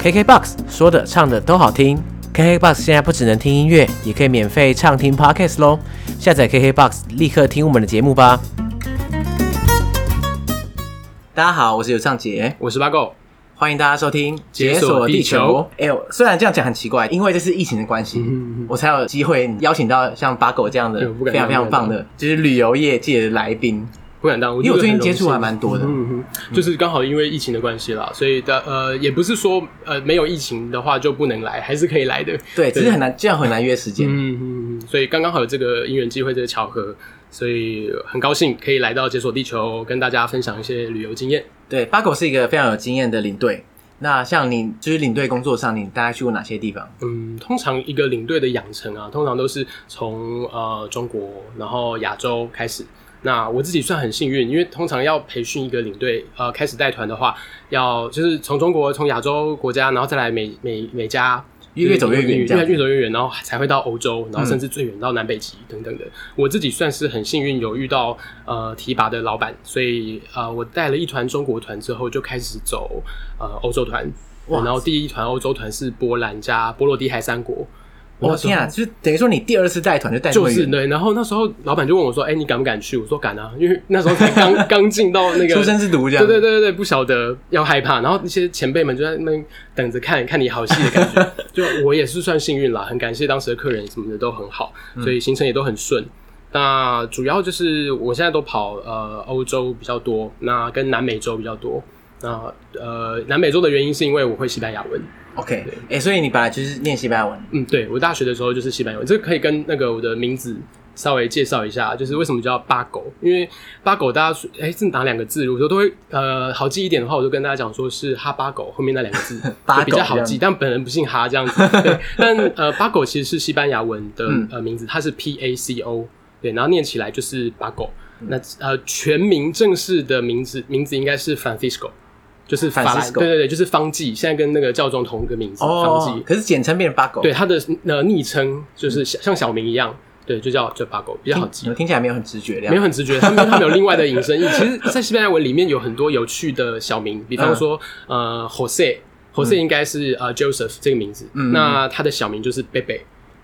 KKBOX 说的唱的都好听。KKBOX 现在不只能听音乐，也可以免费畅听 Podcast 喽。下载 KKBOX，立刻听我们的节目吧。大家好，我是尤尚杰，我是八狗，欢迎大家收听《解锁地球》。哎呦，虽然这样讲很奇怪，因为这是疫情的关系，嗯嗯嗯我才有机会邀请到像八狗这样的哎我不非敢常当非常棒的，就是旅游业界的来宾。不敢当，因为我觉最近得很荣接触还幸蛮多的，嗯哼，就是刚好因为疫情的关系啦，所以的呃，也不是说呃没有疫情的话就不能来，还是可以来的。对，只是很难，这样很难约时间。嗯嗯，嗯 所以刚刚好有这个因缘机会，这个巧合，所以很高兴可以来到解锁地球，跟大家分享一些旅游经验。对，八狗是一个非常有经验的领队。那像你就是领队工作上，你大概去过哪些地方？嗯，通常一个领队的养成啊，通常都是从呃中国，然后亚洲开始。那我自己算很幸运，因为通常要培训一个领队，呃，开始带团的话，要就是从中国、从亚洲国家，然后再来美美美加，越越走越远这样越越走越远，然后才会到欧洲，然后甚至最远到南北极等等的。我自己算是很幸运，有遇到呃提拔的老板，所以呃，我带了一团中国团之后，就开始走呃欧洲团。哇然后第一团欧洲团是波兰加波罗的海三国。我我、那时候天啊，就是等于说你第二次带团就带那就么是远，对，然后那时候老板就问我说：“哎、你敢不敢去？”我说：“敢啊，因为那时候才刚 刚进到那个出生之犊这样。对对对对对，不晓得要害怕，然后一些前辈们就在那边等着看看你好戏的感觉。 就我也是算幸运啦，很感谢当时的客人什么的都很好，嗯所以行程也都很顺。那主要就是我现在都跑呃欧洲比较多，那跟南美洲比较多。那呃南美洲的原因是因为我会西班牙文， o k 哎、诶所以你本来就是念西班牙文，嗯，对我大学的时候就是西班牙文，这个可以跟那个我的名字稍微介绍一下，就是为什么叫八狗，因为八狗大家说，哎是哪两个字？我说都会呃好记一点的话，我就跟大家讲说是哈巴狗后面那两 个字八狗就比较好记，但本人不姓哈这样子。 对，但呃八狗其实是西班牙文的、嗯呃名字，它是 P A C O，对，然后念起来就是八狗。嗯那呃全名正式的名字名字应该是 Francisco。就是法兰 Francisco 对对对，就是方济，现在跟那个教宗同一个名字，方济哦，。可是简称变成八狗，对，他的呃昵称就是像像小明一样，对，就叫嘴巴狗，比较好记听，，听起来没有很直觉的样子，没有很直觉。他们他们有另外的引申义，其实，在西班牙文里面有很多有趣的小名，比嗯方说、呃 Jose。Jose 应该是呃 Joseph 这个名字，嗯那他的小名就是贝贝。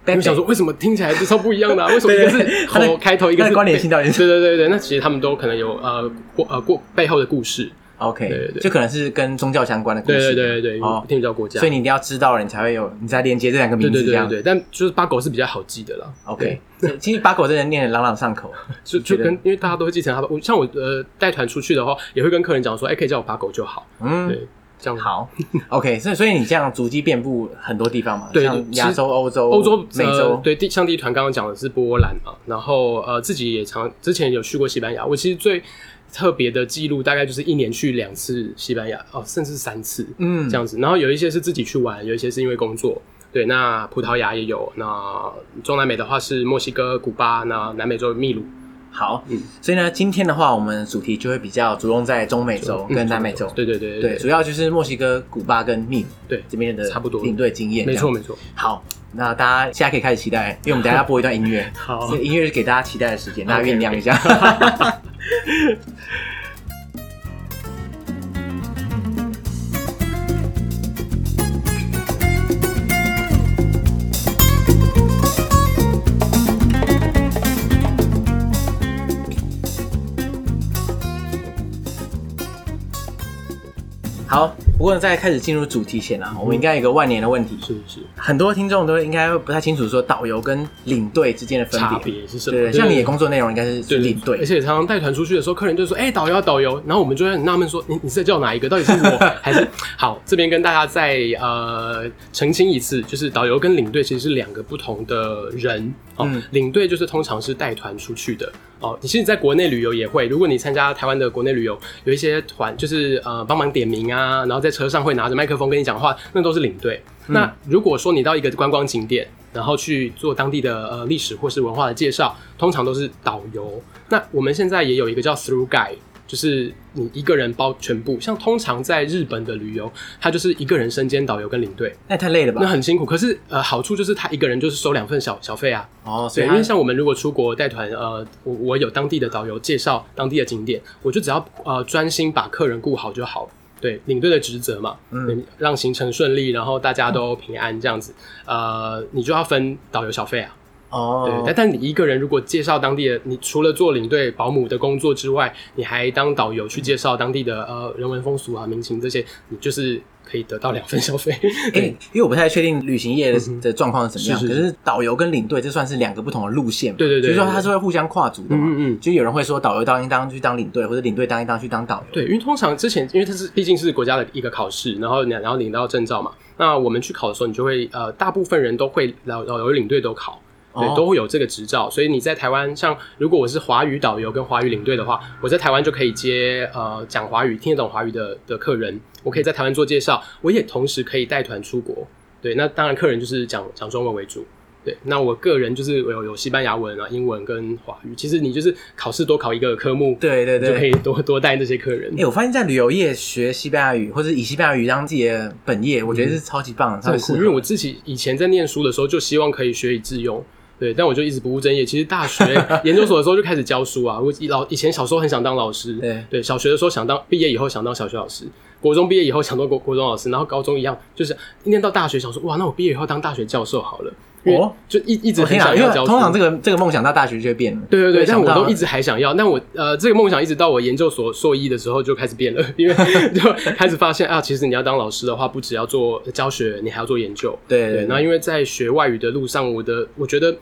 Pepe 我们想说，为什么听起来就超不一样的、啊？为什么一个对是它的吼开头，一个它是的关联贝性到底是对对对对，那其实他们都可能有呃过呃过背后的故事。 OK，对对对就可能是跟宗教相关的故对事，对对对对，哦不听不叫国家。所以你一定要知道了，你才会有，你才连接这两个对名对字这对对样。对，但就是八狗是比较好记的啦。 OK，其实八狗真的念的朗朗上口，就觉得就跟因为大家都会继承他的，我像我呃带团出去的话，也会跟客人讲说，哎、可以叫我八狗就好，嗯，对，这样。好 ，OK，所以所以你这样足迹遍布很多地方嘛，对像其实亚洲、欧洲、欧洲、美呃洲，对，第像第一团刚刚讲的是波兰嘛，然后呃自己也常之前有去过西班牙，我其实最特别的记录大概就是一年去两次西班牙，哦，甚至三次，嗯这样子。然后有一些是自己去玩，有一些是因为工作。对，那葡萄牙也有，那中南美的话是墨西哥、古巴，那南美洲有秘鲁，好嗯，所以呢，今天的话，我们的主题就会比较着重在中美洲嗯跟南美洲，对对对对，主要就是墨西哥、古巴跟秘鲁对，这边的差不多领队经验，没错。没错。好，那大家现在可以开始期待，因为我们等一下要播一段音乐， 好所以音乐是给大家期待的时间，大家酝酿一下。 好，不过在开始进入主题前啊，我们应该有一个万年的问题，是不是？很多听众都应该不太清楚说导游跟领队之间的分差别。别是什么？对，像你的工作内容应该是对领而队，且常常带团出去的时候，客人就说：“哎、导游啊，导游。”然后我们就会很纳闷说：“你你是在叫哪一个？到底是 我还是好？”这边跟大家再呃澄清一次，就是导游跟领队其实是两个不同的人哦。嗯领队就是通常是带团出去的哦。你其实在国内旅游也会，如果你参加台湾的国内旅游，有一些团就是呃帮忙点名啊，然后在车上会拿着麦克风跟你讲话，那都是领队。嗯那如果说你到一个观光景点，然后去做当地的呃历史或是文化的介绍，通常都是导游。那我们现在也有一个叫 Through Guide，就是你一个人包全部。像通常在日本的旅游，他就是一个人身兼导游跟领队，那也太累了那吧？很辛苦。可是呃，好处就是他一个人就是收两份小小费啊。哦，所以对，因他为像我们如果出国带团，呃，我我有当地的导游介绍当地的景点，我就只要呃专心把客人顾好就好。对领队的职责嘛，嗯，让行程顺利，然后大家都平安这样子，呃，你就要分导游小费啊，对，哦但但你一个人如果介绍当地的，你除了做领队、保姆的工作之外，你还当导游去介绍当地的呃人文风俗啊、民情这些，你就是可以得到两份消费。哎、因为我不太确定旅行业的的状况是怎么样，嗯是是是可是导游跟领队这算是两个不同的路线嘛，对对所对以说它对是会互相跨足的嘛，嗯嗯嗯就有人会说导游当一当去当领队，或者领队当一当去当导游，对，因为通常之前，因为它是毕竟是国家的一个考试，然后你然后领到证照嘛，那我们去考的时候，你就会呃，大部分人都会导导游领队都考。对哦，都会有这个执照，所以你在台湾，像如果我是华语导游跟华语领队的话，我在台湾就可以接呃讲华语、听得懂华语的的客人，我可以在台湾做介绍，我也同时可以带团出国。对，那当然客人就是讲讲中文为主。对，那我个人就是有有西班牙文啊、英文跟华语。其实你就是考试多考一个科目，对对你就可对。以多多带这些客人哎、。我发现，在旅游业学西班牙语，或者以西班牙语当自己的本业，嗯我觉得是超级棒的，超很级酷，适因为合。我自己以前在念书的时候就希望可以学以致用。对，但我就一直不务正业。其实 大学、研究所的时候就开始教书啊。我以老以前小时候很想当老师，对小学的时候想当，毕业以后想当小学老师，国中毕业以后想当国国中老师，然后高中一样，就是念到大学想说，哇，那我毕业以后当大学教授好了，因为哦就一一直我很天啊，想因要为教书。通常这个这个梦想到大学就会变了。对对对，但想不我到都一直还想要，但我呃，这个梦想一直到我研究所硕一的时候就开始变了，因为 就开始发现啊，其实你要当老师的话，不只要做教学，你还要做研究。对对对对那因为在学外语的路上，我的我觉得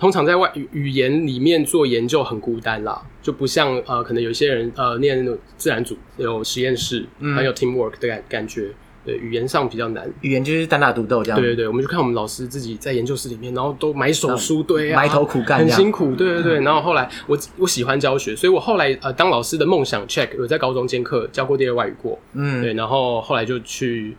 通常在外语语言里面做研究很孤单啦，就不像呃，可能有些人呃念自然组有实验室，嗯很有 teamwork 的感感觉。对，语言上比较难。语言就是单打独斗这样。对对对，我们就看我们老师自己在研究室里面，然后都埋首书堆啊，嗯埋头苦干很这样嗯辛苦。对对对，然后后来我我喜欢教学，所以我后来呃当老师的梦想 check，我在高中兼课教过第二外语过，嗯，对，然后后来就去。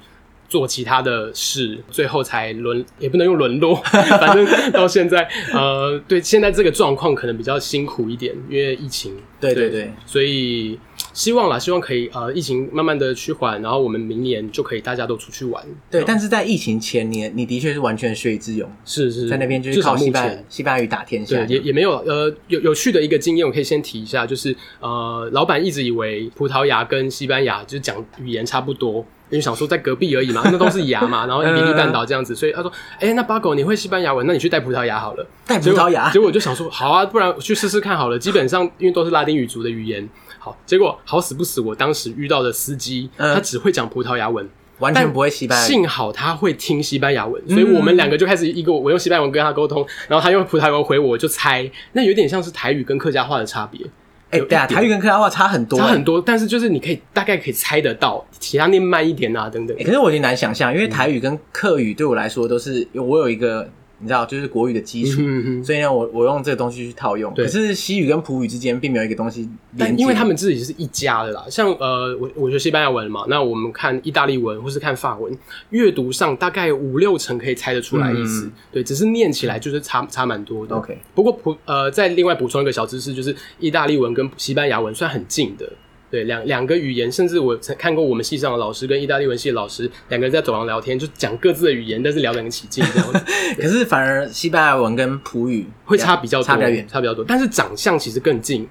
做其他的事，最后才沦，也不能用沦落， 反正到现在，呃，对，现在这个状况可能比较辛苦一点，因为疫情，对对对，所以希望啦，希望可以呃，疫情慢慢的趋缓，然后我们明年就可以大家都出去玩，对。但是在疫情前，你你的确是完全学以致用，是是，在那边就至是少靠目西班牙前。西班牙语打天对下，。也也没有呃有有趣的一个经验，我可以先提一下，就是呃，老板一直以为葡萄牙跟西班牙就是讲语言差不多，因为想说在隔壁而已嘛，那都是牙 嘛，然后比利半岛这样子，所以他说，哎、那巴狗你会西班牙文，那你去带葡萄牙好了。带 葡结果萄牙结，果我就想说，好啊，不然我去试试看好了。基本上因为都是拉丁语族的语言，好，结果好死不死，我当时遇到的司机，嗯他只会讲葡萄牙文，完全不会西班牙语。幸好他会听西班牙文，所以我们两个就开始一个我用西班牙文跟他沟通，然后他用葡萄牙文回我，我就猜，那有点像是台语跟客家话的差别，哎，有一对啊，点台语跟客家话差很多，哎差很多。多，但是就是你可以大概可以猜得到，其他念慢一点啊等等哎可。是我有点难想象，嗯因为台语跟客语对我来说都是我有一个你知道，就是国语的基础， 嗯嗯嗯所以呢，我我用这个东西去套用。对可是西语跟葡语之间并没有一个东西连但接，因为他们自己是一家的啦，像呃，我我学西班牙文嘛，那我们看意大利文或是看法文，阅读上大概五六成可以猜得出来意思，嗯对，只是念起来就是差差蛮多的。 OK 不过普呃，再另外补充一个小知识，就是意大利文跟西班牙文算很近的，对，两两个语言，甚至我曾看过我们系上的老师跟意大利文系的老师两个人在走廊聊天，就讲各自的语言，但是聊得很起劲，这样子可是反而西班牙文跟葡语会差比较多，差比较远。差比较多，但是长相其实更近，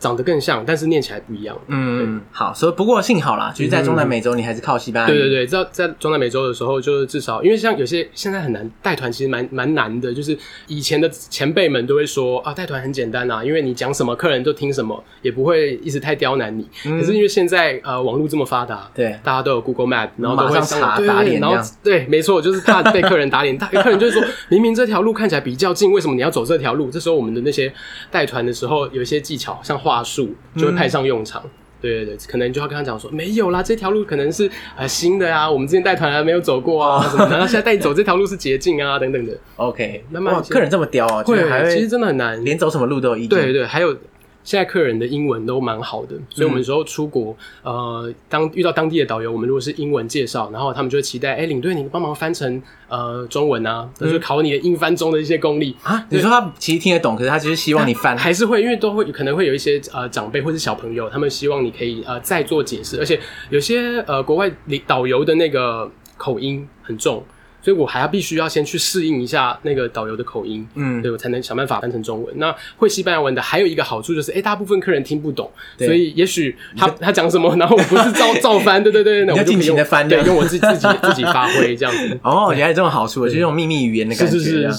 长得更像，但是念起来不一样。嗯，好，所以不过幸好啦，就是在中南美洲，你还是靠西班牙语。嗯对对对，在在中南美洲的时候，就是至少因为像有些现在很难带团，其实蛮蛮难的。就是以前的前辈们都会说啊，带团很简单啊，因为你讲什么，客人就听什么，也不会一直太刁难你。可是因为现在呃网络这么发达，对大家都有 Google Map，然后都会马上查对打脸然这后样对，没错，就是怕被客人打脸。大 客人就会说，明明这条路看起来比较近，为什么你要走这条路？这时候我们的那些带团的时候，有一些技巧，像话术嗯就会派上用场。对对对，可能就要跟他讲说，没有啦，这条路可能是呃新的啊，我们之前带团还没有走过啊，什么的，然后现在带你走这条路是捷径啊，等 等的。 ，OK，慢慢哇，先客人这么刁哦，就会是还，其实会真的很难。连走什么路都有意见。对对，还有现在客人的英文都蛮好的，所以我们有时候出国，呃，当遇到当地的导游，我们如果是英文介绍，然后他们就会期待，哎，领队你帮忙翻成呃中文啊，就是考你的英翻中的一些功力。啊，你说他其实听得懂，可是他就是希望你翻。还是会，因为都会可能会有一些呃长辈或是小朋友，他们希望你可以呃再呃做解释，而且有些呃国外领导游的那个口音很重，所以所以我还要必须要先去适应一下那个导游的口音，嗯对我才能想办法翻成中文。那会西班牙文的还有一个好处就是，哎，大部分客人听不懂，对所以也许他他讲什么，然后我不是照照 翻，对对对对，那你就我可以尽情地用翻对这，样用我自己自己自己发挥这样子。哦，原来这种好处，就是这种秘密语言的感是觉。啊是是这是样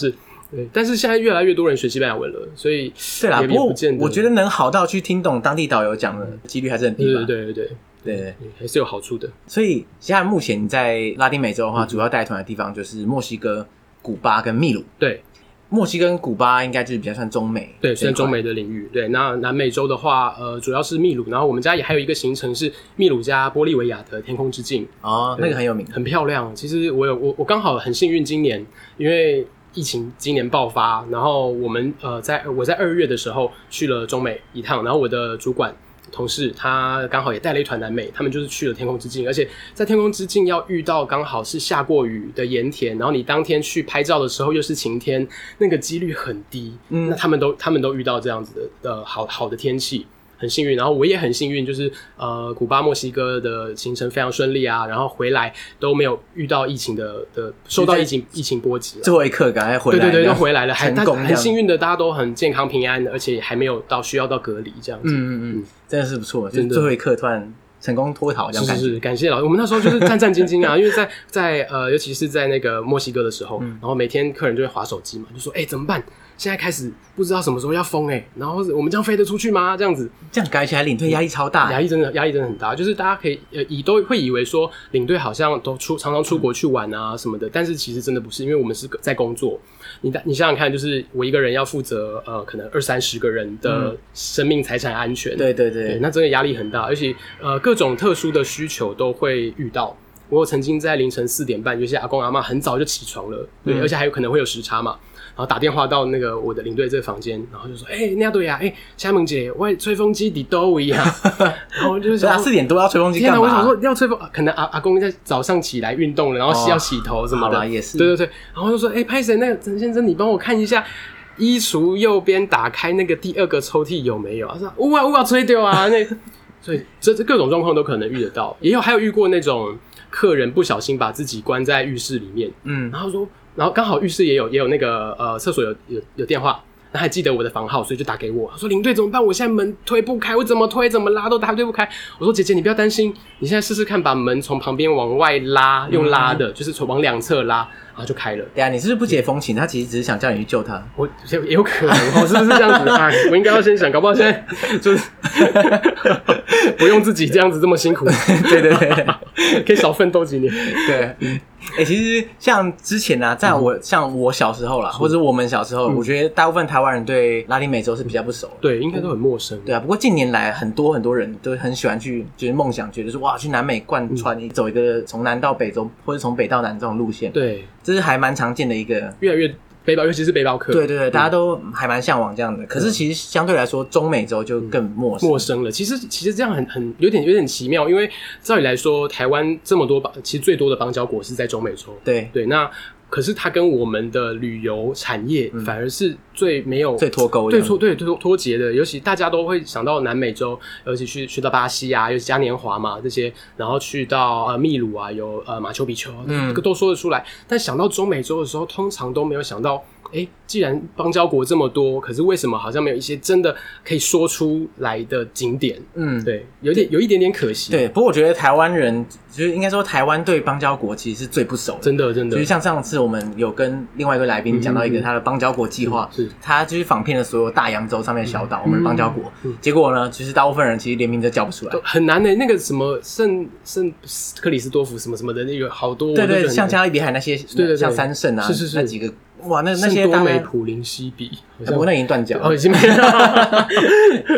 是，对。但是现在越来越多人学西班牙文了，所以对啦，也不也过不见得我觉得能好到去听懂当地导游讲的几率还是很对低吧对。对对对，对对，嗯还是有好处的。所以现在目前你在拉丁美洲的话，主要带团的地方就是墨西哥、古巴跟秘鲁。对墨西哥跟古巴应该就是比较算中美，对，算中。美的领域。对，那南美洲的话，呃，主要是秘鲁，然后我们家也还有一个行程是秘鲁加玻利维亚的天空之境，哦，那个很有名。很漂亮。其实我有我我刚好很幸运，今年因为疫情今年爆发，然后我们呃在我在二月的时候去了中美一趟，然后我的主管。同事他刚好也带了一团南美，他们就是去了天空之境，而且在天空之境要遇到刚好是下过雨的盐田，然后你当天去拍照的时候又是晴天，那个几率很低。嗯那他们都他们都遇到这样子的呃好好的天气，很幸运，然后我也很幸运，就是呃，古巴、墨西哥的行程非常顺利啊，然后回来都没有遇到疫情的的呃受到疫情疫情波及了。最后一刻赶快回对来，对对，这都样回来了，还成大功这很样幸运的，大家都很健康平安，而且还没有到需要到隔离这样子。嗯嗯嗯，真的是不错，就是真的最后一刻突然成功脱逃这样嗯是感是是，觉。感谢老师。我们那时候就是战战兢兢啊，因为在在呃，尤 其是在那个墨西哥的时嗯候，然后每天客人就会划手机嘛，就说：“哎、怎么办？现在开始不知道什么时候要封哎、然后我们这样飞得出去吗？”这样子，这样改起来领队压力超大嗯压，力真的压力真的很大，就是大家可以呃以都会以为说领队好像都出常常出国去玩啊什么的，但是其实真的不是，因为我们是在工作。你大你想想看，就是我一个人要负责呃可能二三十个人的生命财产安全，嗯对对对，对，那真的压力很大，而且呃各种特殊的需求都会遇到。我有曾经在凌晨四点半，有些阿公阿妈很早就起床了，对，嗯而且还有可能会有时差嘛。然后打电话到那个我的领队这个房间，然后就说：“哎、那对呀、啊，哎、夏萌姐，我的吹风机底都一样。”啊 然后我就是对啊，想四说，点多要吹风机天干哪！嘛？啊我想说要吹风，可能阿阿公在早上起来运动了，然后哦要洗头什么好啦的，也是对对对。然后就说：“哎、拍谁？那个陈先生，你帮我看一下。”衣橱右边打开那个第二个抽屉有没有啊？他说呜啊呜啊吹掉啊！ 那所以这这各种状况都可能遇得到，也有还有遇过那种客人不小心把自己关在浴室里面，嗯，然后说，然后刚好浴室也有也有那个呃厕所有有有电话，然后还记得我的房号，所以就打给我，他说领队怎么办？我现在门推不开，我怎么推怎么拉都推不开。我说姐姐你不要担心，你现在试试看把门从旁边往外拉，用拉的，就是从往两侧拉，然后就开了。对啊，你是不是不解风情？他其实只是想叫你去救 他。我有有可能，我是不是这样子？哎，我应该要先想，搞不好现在就是 不用自己这样子这么辛苦，对对对对可以少奋斗几年。对，哎，其实像之前啊，在嗯我像我小时候啦，或者我们小时候，我觉得大部分台湾人对拉丁美洲是比较不熟的。对，应该都很陌生。对啊，不过近年来很多很多人都很喜欢去，就是梦想，觉得说哇，去南美嗯贯穿，你走一个从南到北走，或者从北到南这种路线，对，这是还蛮常见的一个。越来越背包，尤其是背包客，对对对，大家都还蛮向往这样的。可是其实相对来说，中美洲就更陌生。嗯陌生了。其实其实这样很很有点有点奇妙，因为照理来说，台湾这么多邦，其实最多的邦交国是在中美洲。对，对，那可是它跟我们的旅游产业反而是最没有嗯最脱钩的。对脱对脱脱节的，尤其大家都会想到南美洲，尤其去去到巴西啊，尤其嘉年华嘛这些，然后去到呃秘鲁啊，有呃马丘比丘，嗯这个都说得出来。但想到中美洲的时候，通常都没有想到，哎，既然邦交国这么多，可是为什么好像没有一些真的可以说出来的景点？嗯，对，有点有一点点可惜。，对。不过我觉得台湾人，就是应该说台湾对邦交国其实是最不熟的。真的真的就是像上次我们有跟另外一位来宾讲到一个嗯嗯嗯嗯他的邦交国计划，是他就是访遍了所有大洋洲上面的小岛，我们的邦交国嗯嗯嗯。结果呢，其实大部分人其实连名字都叫不出来都。很难的、那个什么圣圣克里斯多夫什么什么的，那个好多我对都觉对，得很像难加勒比海那些，对对像三圣啊，是是是那几个，哇，那那些圣当多美然，普林西比，好不像过那已经断脚哦，了已。经没有。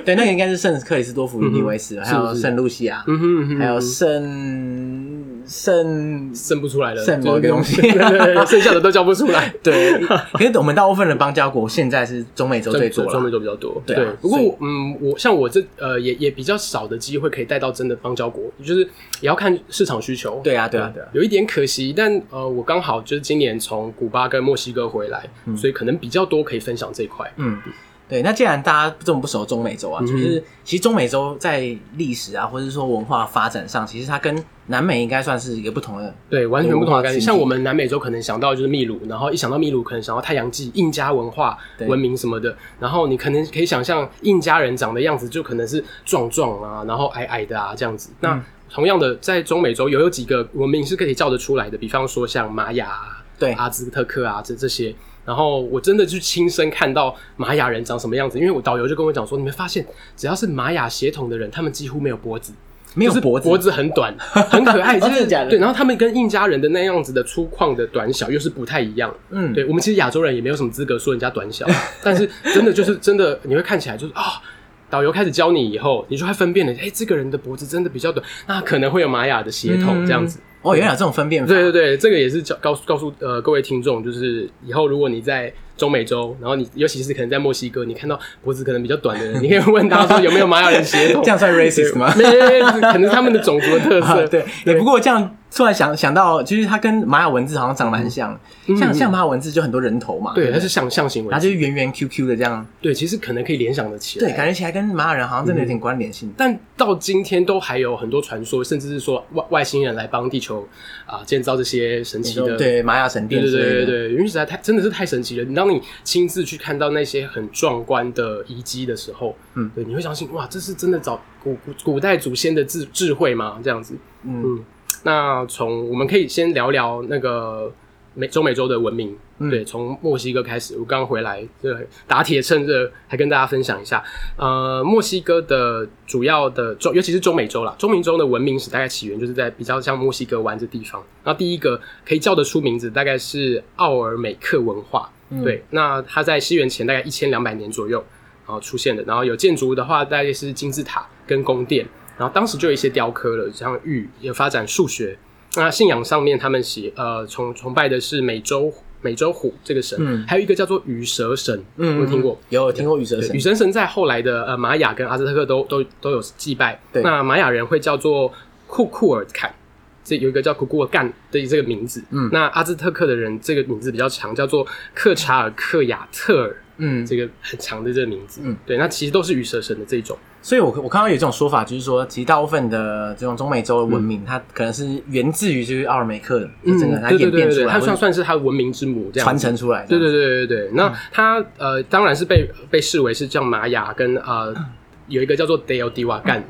对，那个应该是圣克里斯多福与尼维斯，还有嗯是是圣露西亚， 嗯哼嗯哼，还有圣圣剩不出来了，剩某一个东西就是对对对剩下的都叫不出来。 对，可是我们大部分的邦交国现在是中美洲最多中美了。洲比较多，对啊不过所以我嗯，我像我这呃也也比较少的机会可以带到真的邦交国，就是也要看市场需求。对啊，对啊，对啊，有一点可惜，但呃，我刚好就是今年从古巴跟墨西哥回来，所以可能比较多可以分享这一块。嗯，对，那既然大家这么不熟中美洲啊，嗯就是其实中美洲在历史啊，或者是说文化发展上，其实它跟南美应该算是一个不同的。对，完全不同的概念。嗯像我们南美洲可能想到就是秘鲁，然后一想到秘鲁，可能想到太阳系、印加文化、对文明什么的。然后你可能可以想象印加人长的样子，就可能是壮壮啊，然后矮矮的啊这样子。那、嗯同样的，在中美洲也有几个文明是可以叫得出来的，比方说像玛雅、啊、对，阿兹特克啊这这些。然后我真的去亲身看到玛雅人长什么样子，因为我导游就跟我讲说，你们发现只要是玛雅血统的人，他们几乎没有脖子。没有就是脖子，脖子很 短，很可爱，哦就是真的假的对，然后他们跟印加人的那样子的粗犷的短小又是不太一样。嗯，对我们其实亚洲人也没有什么资格说人家 短小，但是真的就是真的，你会看起来就是啊、导游开始教你以后，你就会分辨了，哎、这个人的脖子真的比较短，那可能会有玛雅的血统嗯这样子。哦，原来有这种分辨法，对对对，这个也是教告诉告诉呃各位听众，就是以后如果你在中美洲，然后你尤其是可能在墨西哥，你看到脖子可能比较短的人，你可以问他说有没有玛雅人血 统，这样算 racist 吗？没，可 能是他们的种族的特啊色。对，也不过这样突然想想到，其实它跟玛雅文字好像长得蛮像的，像像玛雅文字就很多人头嘛，嗯对，不它是想象行为然后。就是圆圆 Q Q 的这样，对，其实可能可以联想得起来。对，感觉起来跟玛雅人好像真的有点关联性。但到今天都还有很多传说，甚至是说外外星人来帮地球啊、建造这些神你奇说的。对玛雅神对殿对之类的，对对对，因为实在太真的是太神奇了。你当你亲自去看到那些很壮观的遗迹的时候，嗯对，你会相信哇，这是真的早古古古代祖先的智智慧吗？这样子，嗯，那从我们可以先聊聊那个美中美洲的文明，嗯对，从墨西哥开始。我刚回来，对，打铁趁热，还跟大家分享一下。呃，墨西哥的主要的中，尤其是中美洲啦，中美洲的文明史大概起源就是在比较像墨西哥湾这地方。那第一个可以叫得出名字，大概是奥尔美克文化。嗯，对，那它在西元前大概一千两百年左右，然后出现的。然后有建筑的话，大概是金字塔跟宫殿。然后当时就有一些雕刻了，像玉也发展数学。那信仰上面，他们写呃崇崇拜的是美洲美洲虎这个神，嗯还有一个叫做羽蛇神，嗯，嗯，有听过？有有听过羽蛇对神羽，神神在后来的呃玛雅跟阿兹特克都都都有祭拜。对那玛雅人会叫做库库尔坎，这有一个叫库库尔干的这个名字。嗯那阿兹特克的人这个名字比较长，叫做克查尔克亚特尔，嗯，这个很长的这个名字。嗯，对，那其实都是羽蛇神的这种。所以我我看到有这种说法，就是说，其实大部分的这种中美洲的文明，它可能是源自于就是奥尔梅克的整个它嗯对对演对变对出对，来，或它者算算是它文明之母这样传子承出来的。嗯对对对对对，那它呃，当然是被被视为是像玛雅跟呃有一个叫做 d e o d i w a 嗯 g a n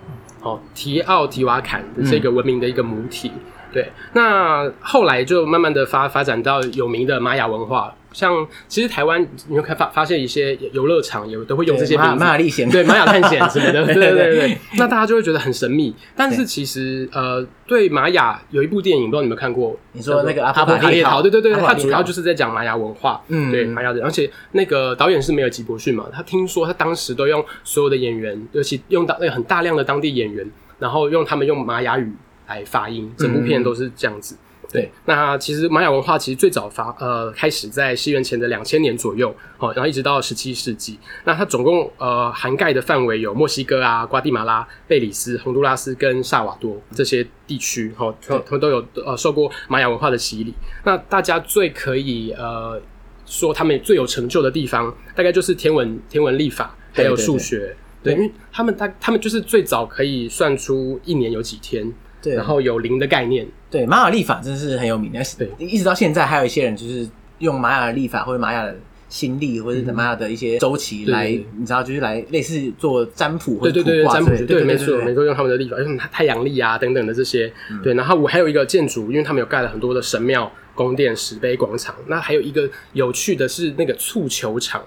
哦提奥提瓦坎的这个文明的一个母嗯体。对，那后来就慢慢的发发展到有名的玛雅文化，像其实台湾你会看发发现一些游乐场也都会用对这些玛雅名字玛，雅历险，对玛雅探险什 么的，对对对对对对，那大家就会觉得很神秘。但是对其实呃，对玛雅有一部电影，不知道你们有没有看过？你说那个阿波阿波卡卡列列岛岛，对对对，阿波它卡列岛主要就是在讲玛雅文化，嗯对玛雅人，而且那个导演是没有吉博逊嘛，他听说他当时都用所有的演员，尤其用当很大量的当地演员，然后用他们用玛雅语来发音，整部片都是这样嗯子。对，那其实玛雅文化其实最早发呃开始在西元前的两千年左右，哦，然后一直到十七世纪。那它总共呃涵盖的范围有墨西哥啊、瓜地马拉、贝里斯、洪都拉斯跟萨瓦多这些地区，哦，他们他们都有呃受过玛雅文化的洗礼。那大家最可以呃说他们最有成就的地方，大概就是天文、天文历法还对有对数对学。对对，因为他们大，他们就是最早可以算出一年有几天，对，然后有零的概念，对玛雅历法真是很有名的，对一直到现在还有一些人就是用玛雅的历法或者玛雅的心历或者玛雅的一些周期嗯对来，对对你知道，就是来类似做占卜或对者对卜对对，卦占之卜类学的，对，没错对，没嗯错，用他们的历法，用太阳历啊等等的这些，对。然后我还有一个建筑，因为他们有盖了很多的神庙、宫殿、石碑、广场。那还有一个有趣的是那个蹴球场，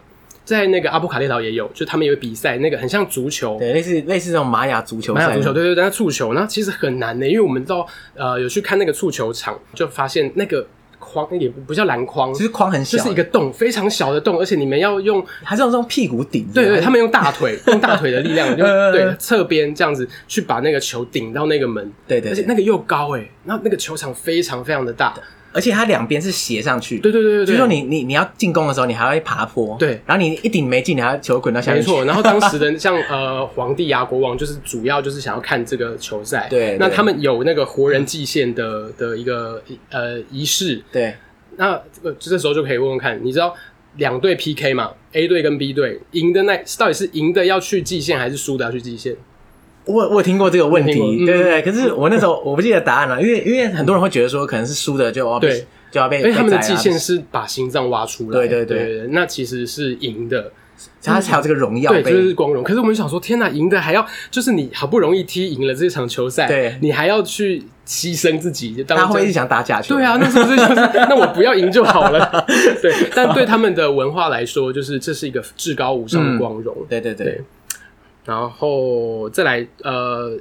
在那个阿布卡列岛也有，就他们有比赛，那个很像足球。对类似类似这种玛雅足球玛赛啊雅那足种，球，对对对，那蹴球，那其实很难的、因为我们到呃有去看那个蹴球场，就发现那个框也不叫篮筐，其实框很就小，欸是一个洞，非常小的洞，而且你们要用还是用这种屁股顶，对对，还是他们用 大腿，用大腿的力量，就呃对侧边这样子去把那个球顶到那个门，对对，而且那个又高哎、那那个球场非常非常的大，而且它两边是斜上去，对对对对就对，是说你你你要进攻的时候，你还会爬坡，对然后你一顶没进，你还要球滚到下没面去，错。然后当时的像 呃皇帝啊国王，就是主要就是想要看这个球赛，对那对他们有那个活人祭献的的一个呃仪式，对，那这个这时候就可以问问看，你知道两队 PK 嘛，A 队跟 B 队赢的那到底是赢的要去季线还是输的要去季线？我我有听过这个问题你听，过嗯对对对。可是我那时候我不记得答案了，因为因为很多人会觉得说可能是输的就要被对就要被，因为他们的被宰季啊线，是把心脏挖出来，对对对对，那其实是赢的，他才有这个荣耀对，被，就是光荣。可是我们想说，天哪，赢的还要就是你好不容易踢赢了这场球赛，对你还要去牺牲自己，当他会一这直想打假球。对啊，那是不是就是 那我不要赢就 好了？对，但对他们的文化来说，就是这是一个至高无上的光荣。对对对对，然后再来呃。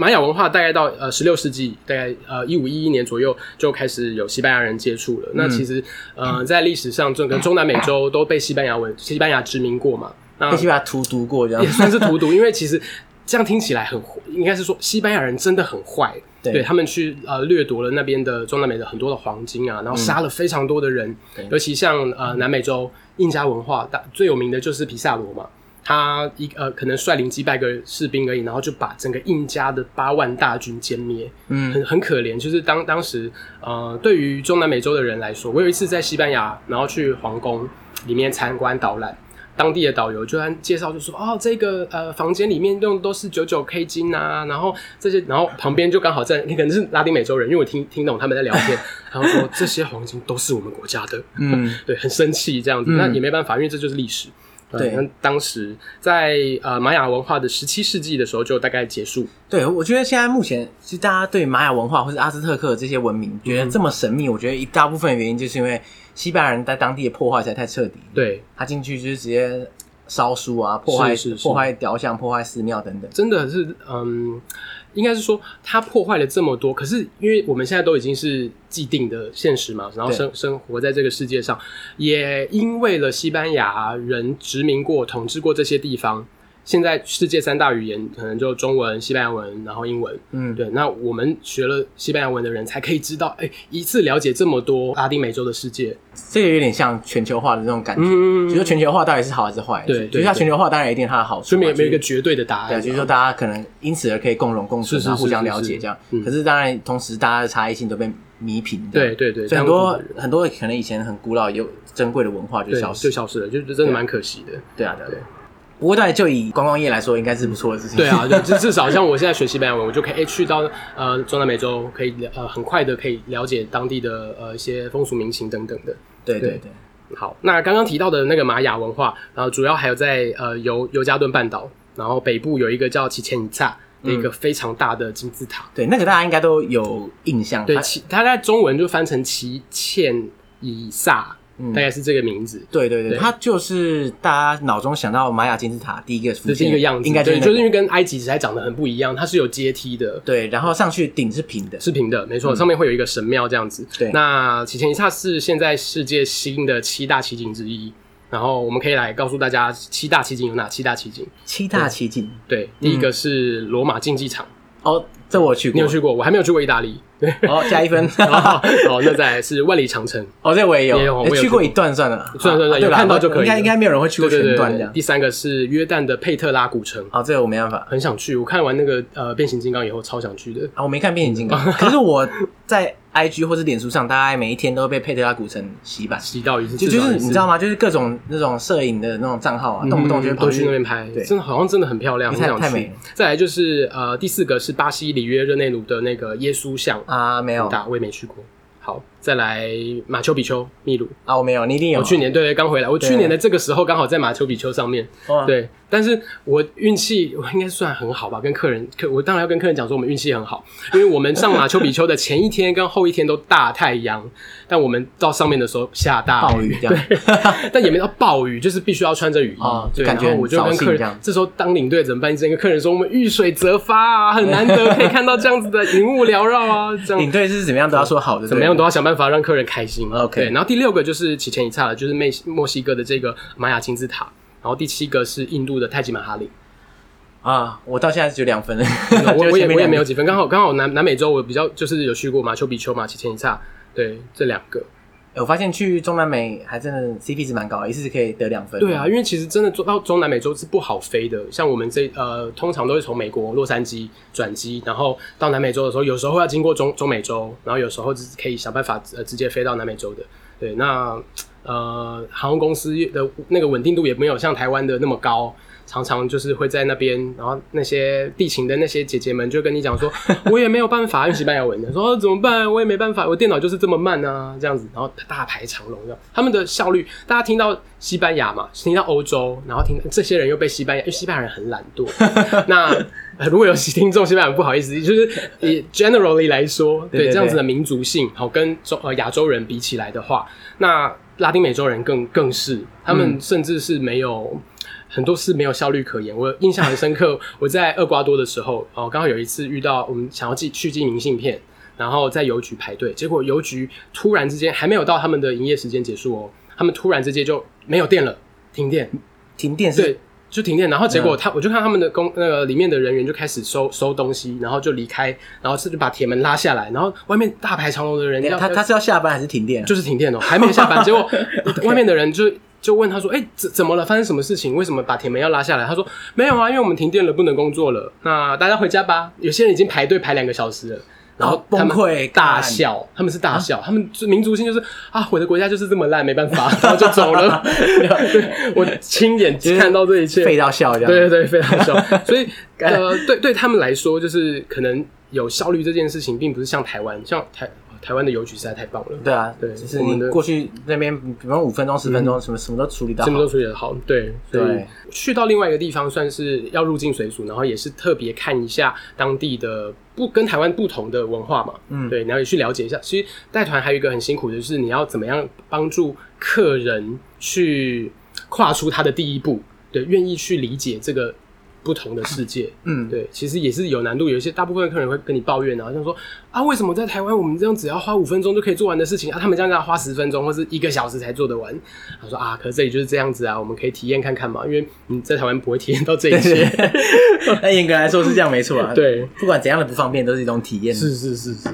玛雅文化大概到呃十六世纪，大概呃一五一一年左右就开始有西班牙人接触了。那其实呃在历史上，整个中南美洲都被西班牙文西班牙殖民过嘛。那必须把它荼毒过这样也。算是荼毒，因为其实这样听起来很，应该是说西班牙人真的很坏，对他们去呃掠夺了那边的中南美的很多的黄金啊，然后杀了非常多的人，嗯对尤其像呃南美洲印加文化，大最有名的就是皮萨罗嘛。他一呃，可能率领几百个士兵而已，然后就把整个印加的八万大军歼灭，嗯很很可怜。就是当当时呃，对于中南美洲的人来说，我有一次在西班牙，然后去皇宫里面参观导览，当地的导游就然介绍就说，哦，这个呃房间里面用都是九九 K 金啊，然后这些，然后旁边就刚好在，可能是拉丁美洲人，因为我听听懂他们在聊天，然后说这些黄金都是我们国家的，嗯， 对，很生气这样子，嗯那也没办法，因为这就是历史。呃对那当时在呃玛雅文化的十七世纪的时候就大概结束，对，我觉得现在目前其实大家对玛雅文化或是阿兹特克这些文明觉得这么神秘，我觉得一大部分原因就是因为西班牙人在当地的破坏实在太彻底，对，他进去就是直接烧书啊，破坏是是是破坏雕像、破坏寺庙等等。真的是，嗯，应该是说它破坏了这么多，可是因为我们现在都已经是既定的现实嘛，然后生生活在这个世界上，也因为了西班牙人殖民过、统治过这些地方，现在世界三大语言可能就中文、西班牙文，然后英文。嗯，对，那我们学了西班牙文的人才可以知道，哎、一次了解这么多拉丁美洲的世界。这个有点像全球化的这种感觉。嗯就说全球化到底是好还是坏？对对就是它全球化当然有一定它的好处所嘛，以没有没有一个就是绝对的答对，案。啊就是说大家可能因此而可以共荣共存是，是然后互是相是了解是这样。嗯可是当然，同时大家的差异性都被弥平。这样对，对对，所以很当多地的人很多可能以前很古老有珍贵的文化就对消就失。消失了，就就真的蛮可惜的。对啊，对啊对对啊。不过，当然就以观光业来说，应该是不错的事情。 对啊，就至至少像我现在学西班牙文，我就可以、诶去到呃中南美洲，可以了呃很快的可以了解当地的呃一些风俗民情等等的。对对对对，好，那刚刚提到的那个玛雅文化，然后主要还有在呃尤尤加敦半岛，然后北部有一个叫奇前伊萨嗯的一个非常大的金字塔，对那个大家应该都有印象。对，它其它在中文就翻成奇欠以萨，嗯大概是这个名字。对对对，对它就是大家脑中想到玛雅金字塔第一个浮这是现一个样子，应该就是对，那就是个因为跟埃及实在长得很不一样，它是有阶梯的，对，然后上去顶是平的。是平的，没错，上面会有一个神庙这样子。嗯对那奇前一刹是现在世界新的七大奇景之一，然后我们可以来告诉大家七大奇景有哪七大奇景。七大奇景对，第一个是罗马竞技场，哦，这我去过，你有去过？我还没有去过意大 利。对，哦，加 一分。好，好那再来是万里长城， 哦，这我也有，也有我诶有去去过过一段算了，算了算了啊有对啦看到就可以应该了应该没有人会去过对对全段这对。样。第三个是约旦的佩特拉古城，哦，这个我没办法很想去，我看完那个呃变形金刚以后超想去的。啊，我没看变形金 刚，可是我在 IG 或是脸书上，大概每一天都会被佩特拉古城洗版，提到一次，就至就少是一次你知道吗？就是各种那种摄影的那种账号啊，动不动就会啊嗯跑都去去那边拍对，真的好像真的很漂亮，因很为太想太美去了。再来就是呃，第四个是巴西里约热内卢的那个耶稣像，啊，没有大我也没去过。好，再来马丘比丘，秘鲁。啊，我没有，你一定有。我去年对刚回来，我对哦去年的这个时候刚好在马丘比丘上面，哇，对，但是我运气我应该算很好吧，跟客人客我当然要跟客人讲说我们运气很好，因为我们上马丘比丘的前一天跟后一天都大太阳，但我们到上面的时候下大暴雨 这样，但也没到暴雨，就是必须要穿着雨衣，哦对，就感觉然后我就很跟扫兴客这人样，这时候当领队怎么办？就跟客人说我们遇水则发啊，很难得可以看到这样子的云雾缭绕啊，这样领队是怎么样都要说好的，怎么样都要想办法让客人开心。 OK 对然后第六个就是提前一岔了，就是墨墨西哥的这个玛雅金字塔，然后第七个是印度的泰姬玛哈 林。啊，我到现在只有两分，我就 嗯我是前也面我也没有两个几分，刚好刚好南南美洲我比较就是有去过马丘比丘嘛、丘比丘嘛、奇前一刹，对这两个。哎我发现去中南美还真的 CP 值蛮高的，一次可以得两分。对啊，，因为其实真的做到中南美洲是不好飞的，像我们这呃，通常都是从美国洛杉矶转机，然后到南美洲的时候，有时候会要经过中中美洲，然后有时候是可以想办法呃直接飞到南美洲的。对，那呃，航空公司的那个稳定度也没有像台湾的那么高。常常就是会在那边，然后那些地勤的那些姐姐们就跟 你讲说，我也没有办法用西班牙文的，说、哦怎么办，我也没办法，我电脑就是这么慢啊，这样子，然后大排长龙这样。他们的效率，大家听到西班牙嘛，听到欧洲，然后听这些人又被西班牙，因为西班牙人很懒惰。 那、呃如果有听众西班牙人不好意思， 就是以 generally 来说，对对这样子对的民族性，好、跟中呃亚洲人比起来的话，那拉丁美洲人更更是，他们甚至是没有、很多事没有效率可言。我印象很深刻，我在厄瓜多的时候，哦，刚好有一次遇到我们想要寄去寄明信片，然后在邮局排队，结果邮局突然之间还没有到他们的营业时间结束哦，他们突然之间就没有电了，停电，停电是对。就停电，然后结嗯果他，我就看他们的工那个里面的人员就开始收收东西，然后就离开，然后是就把铁门拉下来，然后外面大排长龙的人等一要下他他是要下班还是停电啊？呃就是停电了，还没下 班，结果外面的人就就问他说：“哎、怎怎么了？发生什么事情？为什么把铁门要拉下来？”他说：“没有啊，因为我们停电了，不能工作了。那大家回家吧。”有些人已经排队排两个小时了。 然后好崩他们溃大干笑，他们是大笑，他们就民族性就是啊，我的国家就是这么烂，没办法，然后就走 了。对我亲眼就是看到这一切，废到笑这样。对对对，非 常效。所以呃，对对他们来说，就是可能有效率这件事情，并不是像台湾，像台台湾的邮局实在太棒了，对啊，对就是我们你的嗯过去那边，比方五分钟、十分钟，什么什么都处理到什好么。都处理的好。对，所以对去到另外一个地方，算是要入境随俗，然后也是特别看一下当地的不跟台湾不同的文化嘛，嗯对，然后也去了解一下。其实带团还有一个很辛苦的就是，你要怎么样帮助客人去跨出他的第一步，对，愿意去理解这个不同的世界。 嗯，对， 其实也是有难度，有一些大部分的客人会跟你抱怨啊，像说啊，为什么在台湾我们这样只要花五分钟就可以做完的事情啊，他们这样要花十分钟或是一个小时才做得完。他说啊，可是这里就是这样子啊，我们可以体验看看嘛，因为你在台湾不会体验到这一切。那严格来说是这样没错啊。 对，不管怎样的不方便，都是一种体验。是是是是，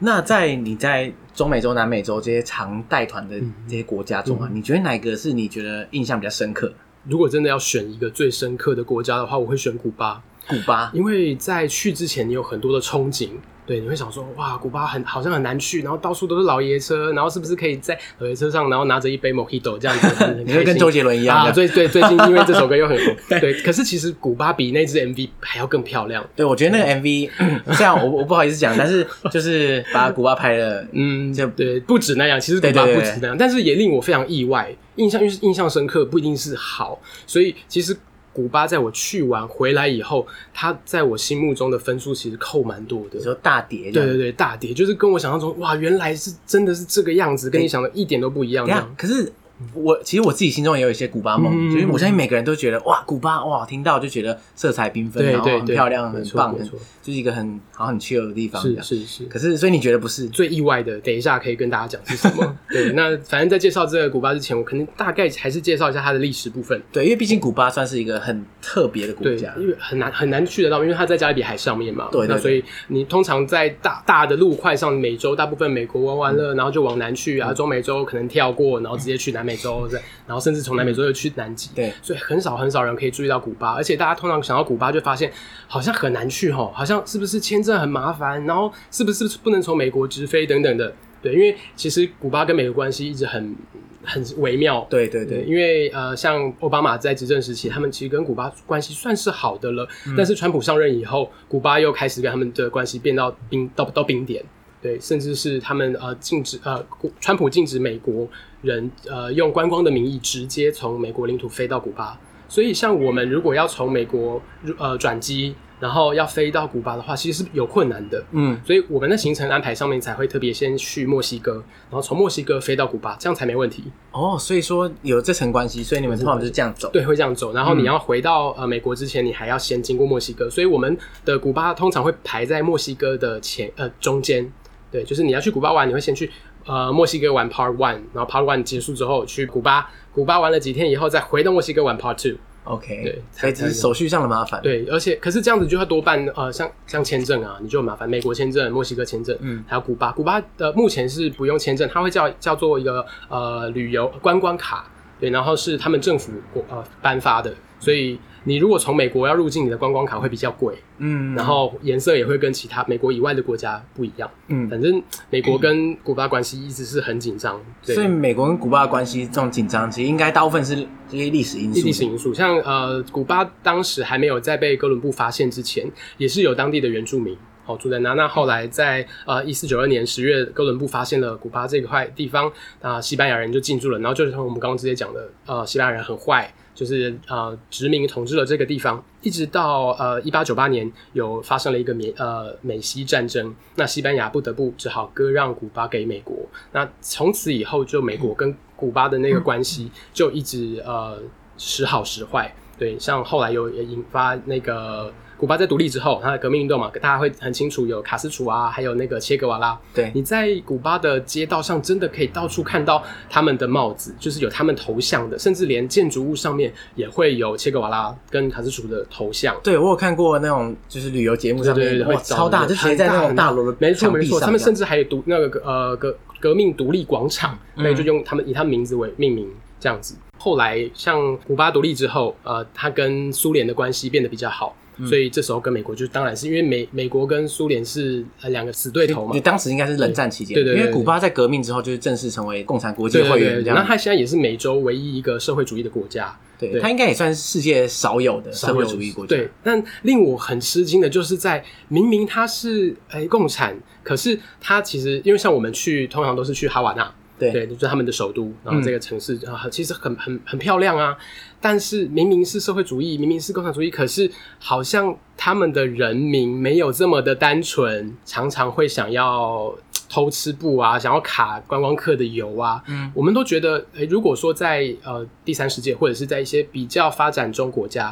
那在你在中美洲、南美洲这些常带团的嗯这些国家中啊，你觉得哪个是你觉得印象比较深刻？如果真的要选一个最深刻的国家的话，我会选古巴。古 巴，因为在去之前，你有很多的憧憬，对，你会想说，哇，古巴很好像很难去，然后到处都是老爷车，然后是不是可以在老爷车上，然后拿着一杯 Mojito 这样 子，很很你会开跟心周杰伦一样啊？的。最最最近因为这首歌又很 红，对。可是其实古巴比那支 MV 还要更漂亮，对，我觉得那个 MV 虽然我我不好意思讲，但是就是把古巴拍了，嗯，就对，不止那样，其实古巴对对对不止那样，但是也令我非常意外，印象印象深刻，不一定是好，所以其实。古巴在我去完回来以后，它在我心目中的分数其实扣蛮多的你。说大碟这对样。对对，大跌就是跟我想象中哇，原来是真的是这个样子，跟你想的一点都不一样。等一下，可是我其实我自己心中也有一些古巴梦，嗯就是我相信每个人都觉得哇，古巴哇，听到就觉得色彩缤纷，对然后对很对漂亮，没很错棒，没很错就是一个很好很 chill 的地方。这是样是是，可是所以你觉得不是？最意外的，等一下可以跟大家讲是什么。对，那反正在介绍这个古巴之前，我肯定大概还是介绍一下它的历史部分。对，因为毕竟古巴算是一个很特别的国对家，，因为很难很难去得到，因为它在加勒比海上面嘛。对对对那所以你通常在大大的路块上，美洲大部分美国玩完了，然后就往南去嗯啊，中美洲可能跳过，然后直接去南 美洲，再然后甚至从南美洲又去南极。对所以很少很少人可以注意到古巴，而且大家通常想到古巴就发现好像很难去吼，好像是不是签证很麻烦，然后是不是不能从美国直飞等等的。对，因为其实古巴跟美国关系一直很很微妙，对对对，对，因为呃，像奥巴马在执政时期，他们其实跟古巴关系算是好的了。但是川普上任以后，古巴又开始跟他们的关系变到冰到到冰点，对，甚至是他们呃禁止呃，古川普禁止美国人呃用观光的名义直接从美国领土飞到古巴。所以，像我们如果要从美国入呃转机，然后要飞到古巴的话，其实是有困难的。嗯，所以我们的行程安排上面才会特别先去墨西哥，然后从墨西哥飞到古巴，这样才没问题。哦，所以说有这层关系，所以你们通常就是这样走。对，会这样走。然后嗯你要回到、呃美国之前，你还要先经过墨西哥，所以我们的古巴通常会排在墨西哥的前呃中间。对，就是你要去古巴玩，你会先去呃墨西哥玩 Part One，然后 Part One 结束之后去古巴，古巴玩了几天以后再回到墨西哥玩 Part Two。 OK，对所以只是手续上的麻烦。，对，而且可是这样子就要多办呃，像像签证啊，你就很麻烦，美国签证、墨西哥签证，嗯还有古巴。古巴的目前是不用签证，它会叫叫做一个呃旅游观光卡，对，然后是他们政府国呃颁发的，所以你如果从美国要入境，你的观光卡会比较贵，嗯，然后颜色也会跟其他美国以外的国家不一样。嗯，反正美国跟古巴关系一直是很紧张，对所以美国跟古巴的关系这种紧张，其实应该大部分是这些历史因素。历史因素，像呃，古巴当时还没有在被哥伦布发现之前，也是有当地的原住民哦住在那。那后来在呃一四九二年十月，哥伦布发现了古巴这块地方，那、西班牙人就进驻了。然后就是像我们刚刚直接讲的，呃，西班牙人很坏，就是呃殖民统治了这个地方，一直到呃一八九八年有发生了一个美呃美西战争，那西班牙不得不只好割让古巴给美国。那从此以后，就美国跟古巴的那个关系就一直呃时好时坏。对，像后来有也引发那个古巴在独立之后，它的革命运动嘛，大家会很清楚有卡斯楚啊，还有那个切格瓦拉。对，你在古巴的街道上真的可以到处看到他们的帽子，就是有他们头像的，甚至连建筑物上面也会有切格瓦拉跟卡斯楚的头像。对我有看过那种就是旅游节目上对对面，对，会哇，找超大，人就直接在那种很大大楼的没错墙没壁上错，他这们样。甚至还有独那个呃革革命独立广场，嗯所以就用他们以他们名字为命名这样子。后来像古巴独立之后，呃，它跟苏联的关系变得比较好。嗯所以这时候跟美国就当然是因为美美国跟苏联是呃两个死对头嘛你，当时应该是冷战期间，对对对对因为古巴在革命之后就是正式成为共产国际对对会对员，这对。那样它现在也是美洲唯一一个社会主义的国家，对，对它应该也算是世界少有的社少会有主义国家。对，但令我很吃惊的就是在明明它是哎共产，可是它其实因为像我们去通常都是去哈瓦那，对对，就是他们的首都，然后这个城市啊、其实很很很漂亮啊。但是明明是社会主义，明明是共产主义，可是好像他们的人民没有这么的单纯，常常会想要嘖偷吃布啊，想要卡观光客的油啊。嗯，我们都觉得，诶如果说在呃第三世界或者是在一些比较发展中国家，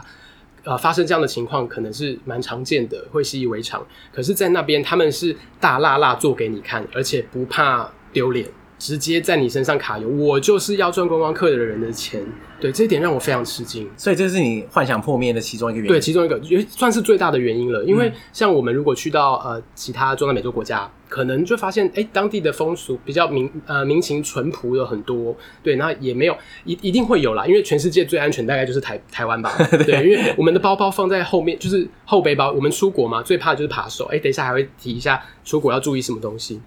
呃发生这样的情况，可能是蛮常见的，会习以为常。可是，在那边他们是大辣辣做给你看，而且不怕丢脸，直接在你身上卡油。我就是要赚观光客的人的钱，对这一点让我非常吃惊。所以这是你幻想破灭的其中一个原因。嗯对，其中一个也算是最大的原因了。因为像我们如果去到呃其他中南美洲国家，可能就发现哎当地的风俗比较民呃民情淳朴有很多，对，那也没有一一定会有啦，因为全世界最安全大概就是台台 湾吧，对，因为我们的包包放在后面就是后背包，我们出国嘛最怕的就是扒手，哎，等一下还会提一下出国要注意什么东西。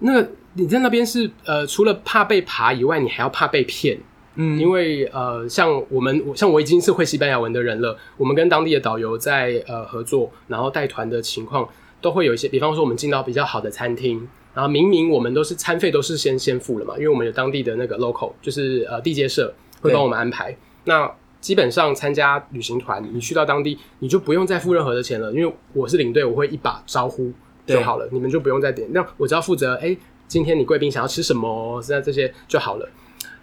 那个你在那边是呃，除了怕被扒以外，你还要怕被骗。嗯，因为呃，像我们，我像我已经是会西班牙文的人了，我们跟当地的导游在呃合作，然后带团的情况都会有一些，比方说我们进到比较好的餐厅，然后明明我们都是餐费都是先先付了嘛，因为我们有当地的那个 local，就是呃地接社会帮我们安排。那基本上参加旅行团，你去到当地，你就不用再付任何的钱了，因为我是领队，我会一把招呼就对好了，你们就不用再点。那我只要负责，哎、今天你贵宾想要吃什么，那这些就好了。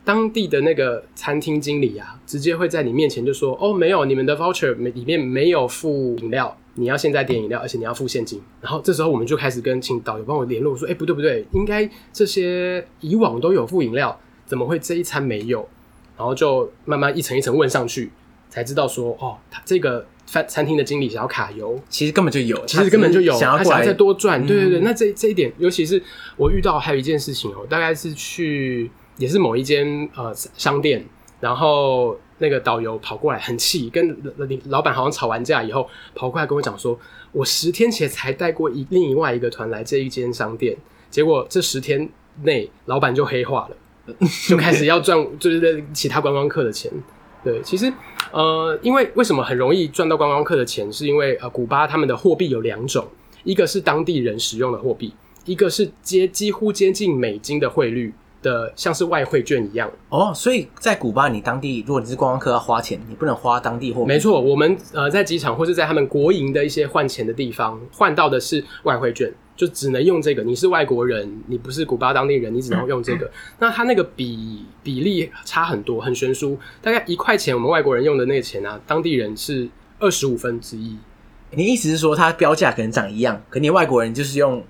当地的那个餐厅经理啊，直接会在你面前就说：“哦，没有，你们的 voucher 没里面没有付饮料，你要现在点饮料，而且你要付现金。”然后这时候我们就开始跟请导游帮我联络，说：“哎，不对不对，应该这些以往都有付饮料，怎么会这一餐没有？”然后就慢慢一层一层问上去，才知道说：“哦，他这个饭餐厅的经理想要卡油，其实根本就有，其实根本就有，他只是想他要过想来要再多赚。嗯对对对，那这这一点，尤其是我遇到还有一件事情哦，大概是去也是某一间呃商店，然后那个导游跑过来很气，跟老老板好像吵完架以后，跑过来跟我讲说，我十天前才带过一另外一个团来这一间商店，结果这十天内老板就黑化了。 就开始要赚， 就是其他观光客的钱。对，其实呃，因为为什么很容易赚到观光客的钱，是因为呃，古巴他们的货币有两种，一个是当地人使用的货币，一个是接几乎接近美金的汇率的，像是外汇券一样。哦，所以在古巴，你当地如果你是观光客要花钱，你不能花当地货币没错，我们呃在机场或是在他们国营的一些换钱的地方换到的是外汇券，就只能用这个。你是外国人，你不是古巴当地人，你只能用这个。那它那个比比例差很多，很悬殊。大概一块钱，我们外国人用的那个钱啊，当地人是二十五分之一。你意思是说它标价可能长一样，可你外国人就是用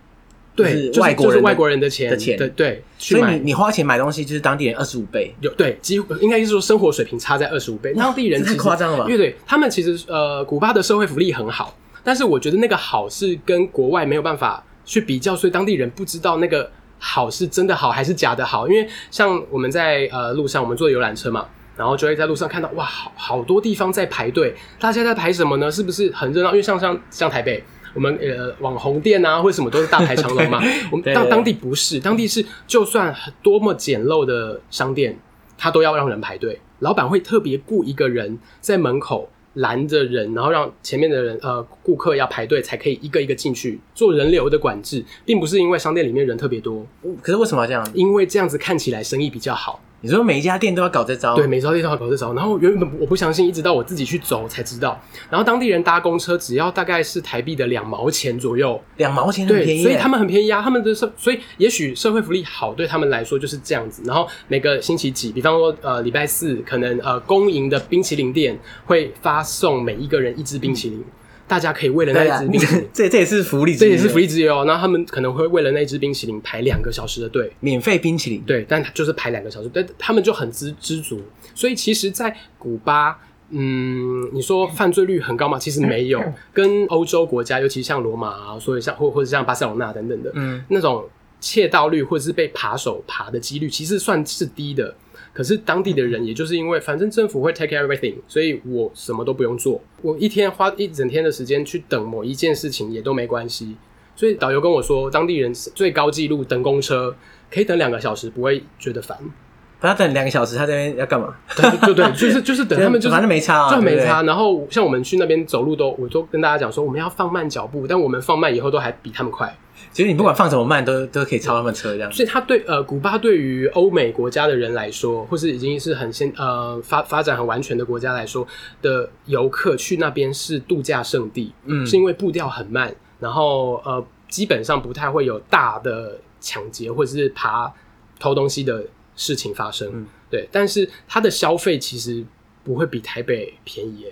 就是对，就是外国人就是的外国人的钱的钱对对，去所以买你你花钱买东西就是当地人二十五倍，有对，几乎应该是说生活水平差在二十五倍，当地人这太其实夸张了吧因为对他们其实呃，古巴的社会福利很好，但是我觉得那个好是跟国外没有办法去比较，所以当地人不知道那个好是真的好还是假的好。因为像我们在呃路上，我们坐游览车嘛。然后就会在路上看到哇，好好多地方在排队，大家在排什么呢？是不是很热闹？因为像像像台北，我们呃网红店啊，或者什么都是大排长龙嘛。我们 对当对当地不是，当地是就算很多么简陋的商店，他都要让人排队。老板会特别雇一个人在门口拦着人，然后让前面的人呃顾客要排队才可以一个一个进去，做人流的管制，并不是因为商店里面人特别多，可是为什么要这样？因为这样子看起来生意比较好。你说每一家店都要搞这招，对，，每招地方搞这招。然后原本我不相信，一直到我自己去走才知道。然后当地人搭公车只要大概是台币的两毛钱左右，两毛钱很对，便宜耶，所以他们很便宜啊，他们的社，所以也许社会福利好对他们来说就是这样子。然后每个星期几，比方说呃礼拜四，可能呃公营的冰淇淋店会发送每一个人一支冰淇淋，大家可以为了那嗯 对啊，一支冰淇 淋这这也是福利之这一，也是福利之友。然后他们可能会为了那一支冰淇淋排两个小时的队，免费冰淇淋，对，但就是排两个小时，但他们就很知知足。所以其实，在古巴，嗯，你说犯罪率很高吗？其实没有，跟欧洲国家，尤其像罗马啊，所以像或或者像巴塞罗那等等的，嗯，那种窃盗率或者是被扒手扒的几率，其实算是低的。可是当地的人，也就是因为反正政府会 take everything，所以我什么都不用做，我一天花一整天的时间去等某一件事情也都没关系。所以导游跟我说，当地人最高纪录等公车可以等两个小时，不会觉得烦。 不要等两个小时，他这边要干嘛？对对对，就是就是等他们就是反正没差啊就很没对不对差。然后像我们去那边走路都，我都跟大家讲说我们要放慢脚步，但我们放慢以后都还比他们快。其实你不管放什么慢，都都可以超他们车这样。所以他对呃，古巴对于欧美国家的人来说，或是已经是很先呃发发展很完全的国家来说的游客去那边是度假胜地，嗯是因为步调很慢，然后呃基本上不太会有大的抢劫或者是爬偷东西的事情发生，嗯对，但是它的消费其实不会比台北便宜耶、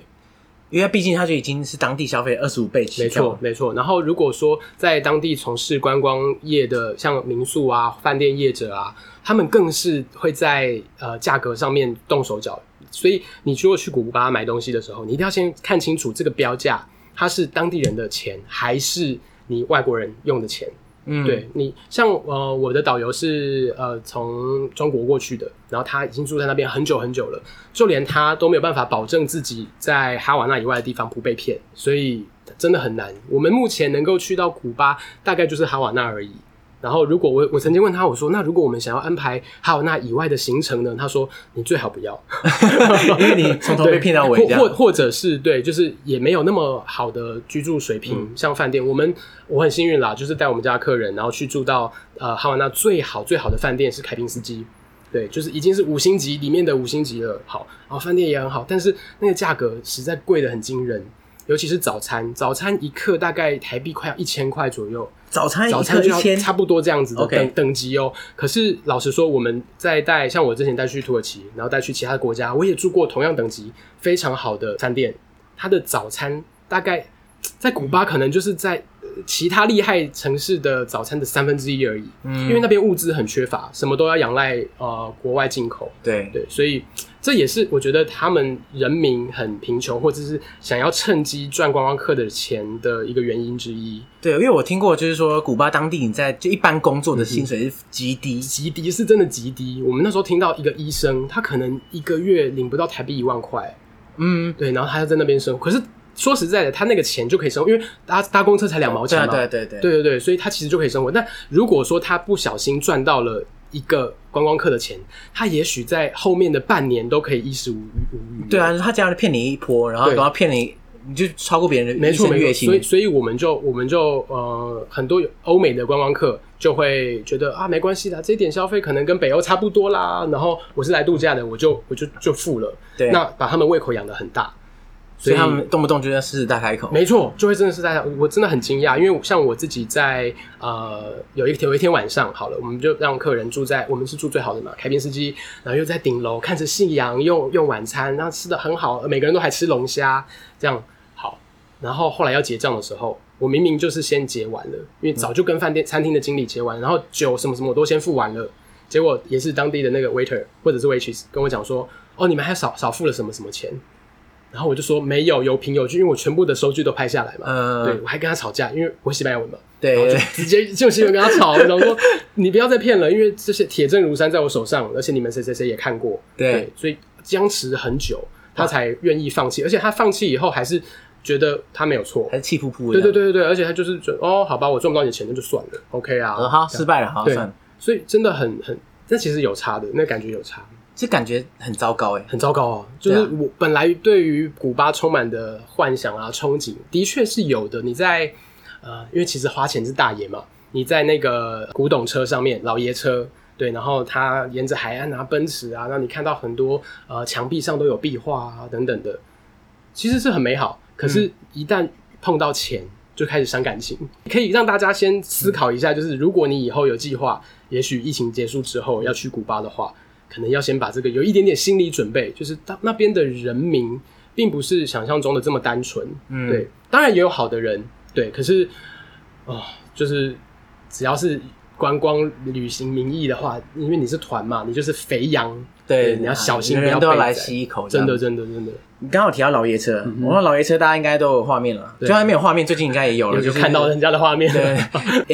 因为毕竟他就已经是当地消费二十五倍起没跳错，，没错。然后如果说在当地从事观光业的，像民宿啊、饭店业者啊，他们更是会在呃价格上面动手脚。所以你如果去古巴买东西的时候，你一定要先看清楚这个标价，它是当地人的钱还是你外国人用的钱。嗯，对你，像呃，我的导游是呃从中国过去的，然后他已经住在那边很久很久了，就连他都没有办法保证自己在哈瓦那以外的地方不被骗，所以真的很难。我们目前能够去到古巴，大概就是哈瓦那而已。然后，如果我我曾经问他，我说：“那如果我们想要安排哈瓦那以外的行程呢？”他说：“你最好不要， 因为你从头被骗到尾对这样或或或者是对，就是也没有那么好的居住水平，嗯像饭店，我们我很幸运啦，就是带我们家客人，然后去住到呃哈瓦那最好最好的饭店是凯宾斯基，对，就是已经是五星级里面的五星级了，好，然后饭店也很好，但是那个价格实在贵的很惊人。尤其是早餐，早餐一克大概台币快要一千块左右，早餐早一餐克就一要千，差不多这样子的 OK 等等级哦。可是老实说，我们在带像我之前带去土耳其，然后带去其他国家，我也住过同样等级非常好的餐店，它的早餐大概在古巴可能就是在呃其他厉害城市的早餐的三分之一而已，嗯因为那边物资很缺乏，什么都要仰赖呃国外进口。对对，所以这也是我觉得他们人民很贫穷，或者是想要趁机赚观光客的钱的一个原因之一。对，因为我听过就是说古巴当地你在就一般工作的薪水是极低，极低是真的极低。我们那时候听到一个医生，他可能一个月领不到台币一万块，嗯，对，然后他就在那边生活。可是说实在的，他那个钱就可以生活，因为搭搭公车才两毛对钱啊嘛，对啊对啊对啊对对对，所以他其实就可以生活。但如果说他不小心赚到了一个观光客的钱，他也许在后面的半年都可以衣食无无余。对啊，他这样骗你一波，然后嗯对然后骗你，你就超过别人的没一错，生没月错，所以薪，所以我们就我们就呃，很多有欧美的观光客就会觉得啊，没关系啦，这一点消费可能跟北欧差不多啦。然后我是来度假的，我就我就就付了。对那把他们胃口养得很大，所以他们动不动就在狮子大开口，没错，就会真的是在，我真的很惊讶，因为像我自己在呃有一天有一天晚上，好了，我们就让客人住在我们是住最好的嘛，开宾斯基，然后又在顶楼看着夕阳，用用晚餐，然后吃的很好，每个人都还吃龙虾，这样好。然后后来要结账的时候，我明明就是先结完了，因为早就跟饭店、餐厅的经理结完，然后酒什么什么我都先付完了，结果也是当地的那个 waiter 或者是 waitress 跟我讲说，哦，你们还少少付了什么什么钱，然后我就说没有，有凭有据，因为我全部的收据都拍下来嘛，嗯对我还跟他吵架，因为我西班牙文嘛，然后对就，直接就新闻跟他吵，然后说你不要再骗了，因为这些铁证如山在我手上，而且你们谁谁谁也看过， 对所以僵持很久，他才愿意放弃，而且他放弃以后还是觉得他没有错还，是气噗噗对的。对对对对，而且他就是觉得哦，好吧，我赚不到你的钱，那就算了，OK 啊，好，我说嗯好失败了，好对算了，所以真的很很，那其实有差的，那感觉有差，这感觉很糟糕哎。很糟糕啊！就是对啊我本来对于古巴充满的幻想啊、憧憬，的确是有的。你在呃，因为其实花钱是大爷嘛，你在那个古董车上面，老爷车。对，然后他沿着海岸啊，奔驰啊，让你看到很多呃墙壁上都有壁画啊等等的，其实是很美好。可嗯是，一旦碰到钱，就开始伤感情。可以让大家先思考一下，就是如果你以后有计划，也许疫情结束之后要去古巴的话，可能要先把这个有一点点心理准备，就是当那边的人民并不是想象中的这么单纯。嗯对，当然也有好的人，对，可是啊、就是只要是。观光旅行名义的话，因为你是团嘛，你就是肥羊，对，你要小心，每个不人要都要被来宰吸一口。真的，，真的，真的，你刚好提到老爷车，我说老爷车大家应该都有画面了，就对算没有画面，最近应该也有我了，就是看到人家的画面，对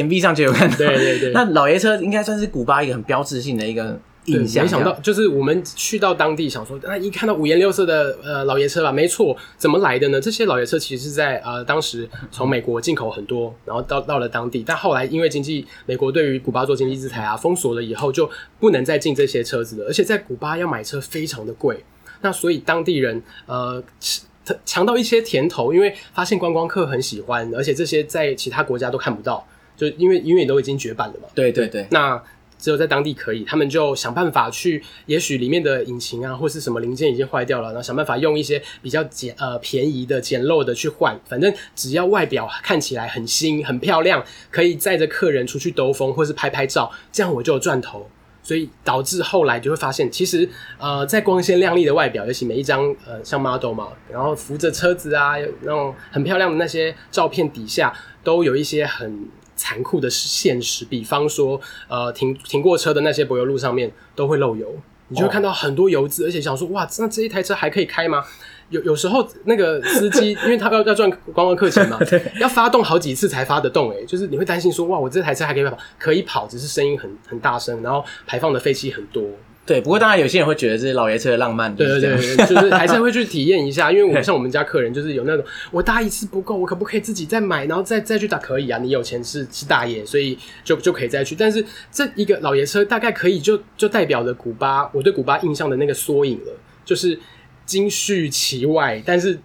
MV 上就有看到。对对对那老爷车应该算是古巴一个很标志性的一个对印象。没想到，就是我们去到当地，想说，那一看到五颜六色的呃老爷车吧，没错，怎么来的呢？这些老爷车其实是在呃当时从美国进口很多，然后到到了当地，但后来因为经济，美国对于古巴做经济制裁啊，封锁了以后，就不能再进这些车子了，而且在古巴要买车非常的贵，那所以当地人呃。吃特尝到一些甜头，因为发现观光客很喜欢，而且这些在其他国家都看不到，就因为因为都已经绝版了嘛。对对对，那只有在当地可以，他们就想办法去，也许里面的引擎啊或是什么零件已经坏掉了，然后想办法用一些比较简呃便宜的、简陋的去换，反正只要外表看起来很新、很漂亮，可以载着客人出去兜风或是拍拍照，这样我就有赚头。所以导致后来就会发现，其实呃，在光鲜亮丽的外表，尤其每一张呃像 model 嘛，然后扶着车子啊，有那种很漂亮的那些照片底下，都有一些很残酷的现实，比方说，呃，停停过车的那些柏油路上面都会漏油，你就会看到很多油渍，而且想说，哇，那这一台车还可以开吗？有有时候那个司机，因为他要要赚观光客钱嘛，要发动好几次才发得动、欸，就是你会担心说，哇，我这台车还可以跑，可以跑，只是声音很很大声，然后排放的废气很多，对，不过当然有些人会觉得这是老爷车的浪漫，就对是对这样对，对，就是还是会去体验一下，因为我像我们家客人就是有那种，我搭一次不够，我可不可以自己再买，然后再再去打？可以啊，你有钱是是大爷，所以就就可以再去。但是这一个老爷车大概可以就就代表了古巴我对古巴印象的那个缩影了，就是金絮其外，但是。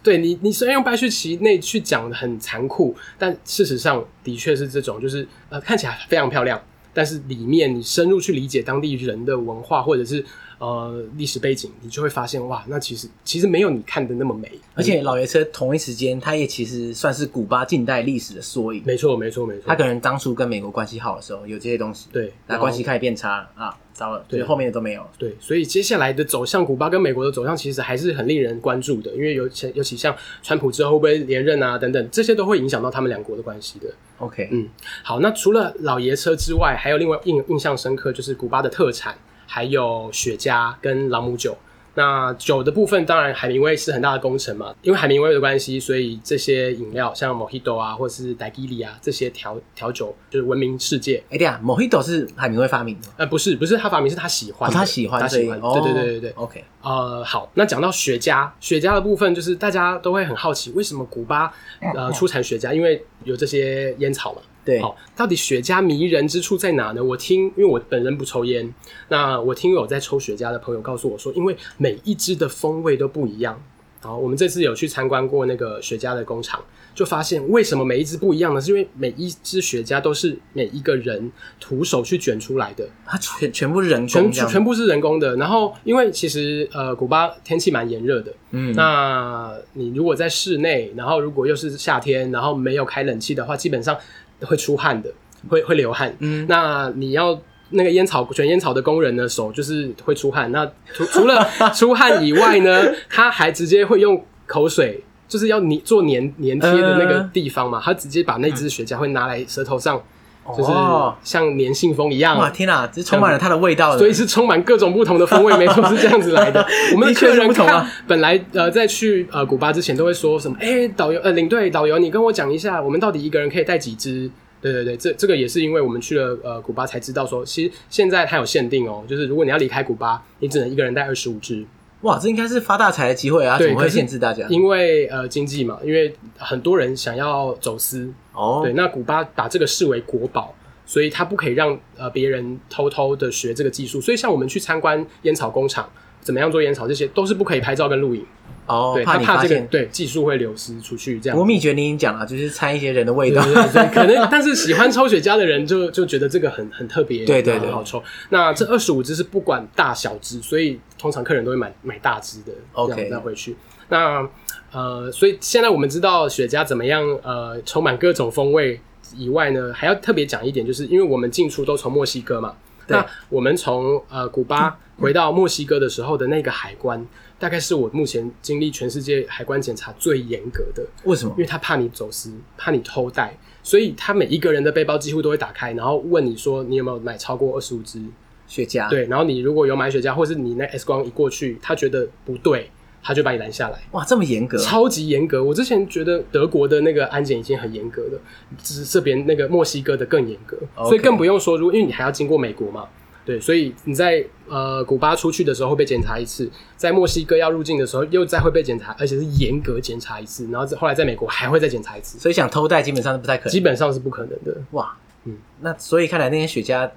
对你，你虽然用白絮其内去讲得很残酷，但事实上的确是这种，就是呃看起来非常漂亮，但是里面你深入去理解当地人的文化或者是呃历史背景，你就会发现哇，那其实其实没有你看的那么美。 而且老爷车同一时间，它也其实算是古巴近代历史的缩影。没错，没错，没错。它可能当初跟美国关系好的时候有这些东西，，对，那然后关系开始变差了啊，糟了，所以对后面的都没有了。对，所以接下来的走向，古巴跟美国的走向其实还是很令人关注的，因为尤其尤其像川普之后会不会连任啊等等，这些都会影响到他们两国的关系的。 OK，嗯好，那除了老爷车之外，还有另外印印象深刻就是古巴的特产，还有雪茄跟朗姆酒。那酒的部分，当然海明威是很大的功臣嘛，因为海明威的关系，所以这些饮料像 Mojito 啊，或是 d a g i l i 啊这些调调酒，就是闻名世界。哎，对啊，Mojito 是海明威发明的吗，呃，不是，不是他发明，是他喜欢哦的、他喜欢他这喜个欢，，哦对对对对对。 ，OK，呃，好，那讲到雪茄，雪茄的部分就是大家都会很好奇，为什么古巴呃出产雪茄？因为有这些烟草嘛。对，好，到底雪茄迷人之处在哪呢？我听，因为我本人不抽烟，那我听有在抽雪茄的朋友告诉我说，因为每一支的风味都不一样。好，我们这次有去参观过那个雪茄的工厂，就发现为什么每一支不一样呢？是因为每一支雪茄都是每一个人徒手去卷出来的，它全全部是人全工这样，全部是人工的。然后，因为其实呃，古巴天气蛮炎热的，嗯，那你如果在室内，然后如果又是夏天，然后没有开冷气的话，基本上会出汗的，会会流汗。嗯那你要那个烟草卷烟草的工人呢，手就是会 出汗。那除除了出汗以外呢，他还直接会用口水。就是要粘做粘粘贴的那个嗯地方嘛，他直接把那支雪茄会拿来舌头上，就是哦像粘信封一样，哇天哪，这充满了它的味道了。所以是充满各种不同的风味，没错，是这样子 来的。我们的客人的确是不同看啊，本来呃在去呃古巴之前都会说什么，哎、导游呃领队导游，你跟我讲一下，我们到底一个人可以带几支？对对对，这这个也是因为我们去了呃古巴才知道说，其实现在它有限定哦，就是如果你要离开古巴，你只能一个人带二十五支，哇，这应该是发大财的机会啊，对怎么会可是限制大家？因为呃经济嘛，因为呃很多人想要走私，哦对，，那古巴把这个视为国宝，所以它不可以让呃别人偷偷的学这个技术。所以像我们去参观烟草工厂，怎么样做烟草，这些都是不可以拍照跟录影。哦对，，怕他你怕发这个现。对技术会流失出去，这不过样。秘诀你已经讲了，就是掺一些人的味对道。对对 对可能， 但是喜欢抽雪茄的人就就觉得这个很很特别，对对对很好抽。那这二十五支是不管大小支，所以通常客人都会买买大支的 OK 这样再回去。那呃，所以现在我们知道雪茄怎么样，呃，充满各种风味以外呢，还要特别讲一点，就是因为我们进出都从墨西哥嘛，对嗯那我们从呃古巴回到墨西哥的时候的那个海关，大概是我目前经历全世界海关检查最严格的。为什么因？为他怕你走私，怕你偷带，所以他每一个人的背包几乎都会打开，然后问你说你有没有买超过二十五支？雪茄？，对，然后你如果有买雪茄，或是你那 X 光一过去，他觉得不对，他就把你拦下来，哇，这么严格，超级严格。我之前觉得德国的那个安检已经很严格了，只是这边那个墨西哥的更严格， OK 所以更不用说，如果因为你还要经过美国嘛。对，所以你在呃古巴出去的时候会被检查一次，在墨西哥要入境的时候又再会被检查，而且是严格检查一次，然后后来在美国还会再检查一次。所以想偷带基本上是不太可基能。本上是不可能的。哇，嗯嗯，那所以看来那些雪茄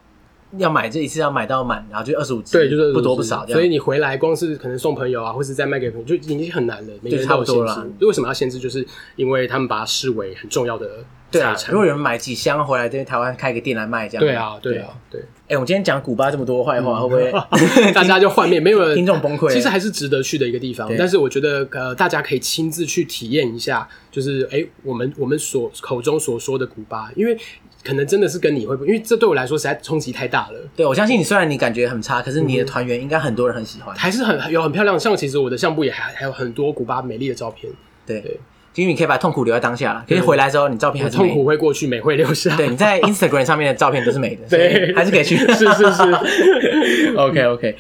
要买这一次要买到满，然后就二十五支，对，就是不多不少这样。所以你回来光是可能送朋友啊，或是再卖给朋友，就已经很难了。每个人都有限就差不多制啦。为什么要限制？就是因为他们把它视为很重要的对财啊，产如。果有人买几箱回来，这边台湾开个店来卖这样。对啊，对啊，对，哎、我们今天讲古巴这么多坏话，会不会 大家就幻灭，没有人听众崩溃了其实还是值得去的一个地方，对但是我觉得呃，大家可以亲自去体验一下，就是哎、我们我们所口中所说的古巴，因为可能真的是跟你会不，因为这对我来说实在冲击太大了。对我相信你，虽然你感觉很差，可是你的团员应该很多人很喜欢。还是很有很漂亮，像其实我的相簿也还还有很多古巴美丽的照片，对对，其实你可以把痛苦留在当下了，可是回来之后，你照片还是痛美苦。会过去，美会留下。对，你在 Instagram 上面的照片都是 美的，所以对，还是可以去。是是是， OK OK。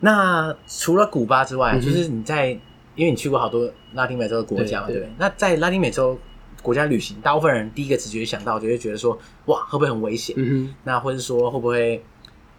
那除了古巴之嗯外，就是你在，因为你去过好多拉丁美洲的国家嘛，对对不对对？那在拉丁美洲国家旅行，大部分人第一个直觉想到就会觉得说，哇，会不会很危险？嗯那或者说会不会，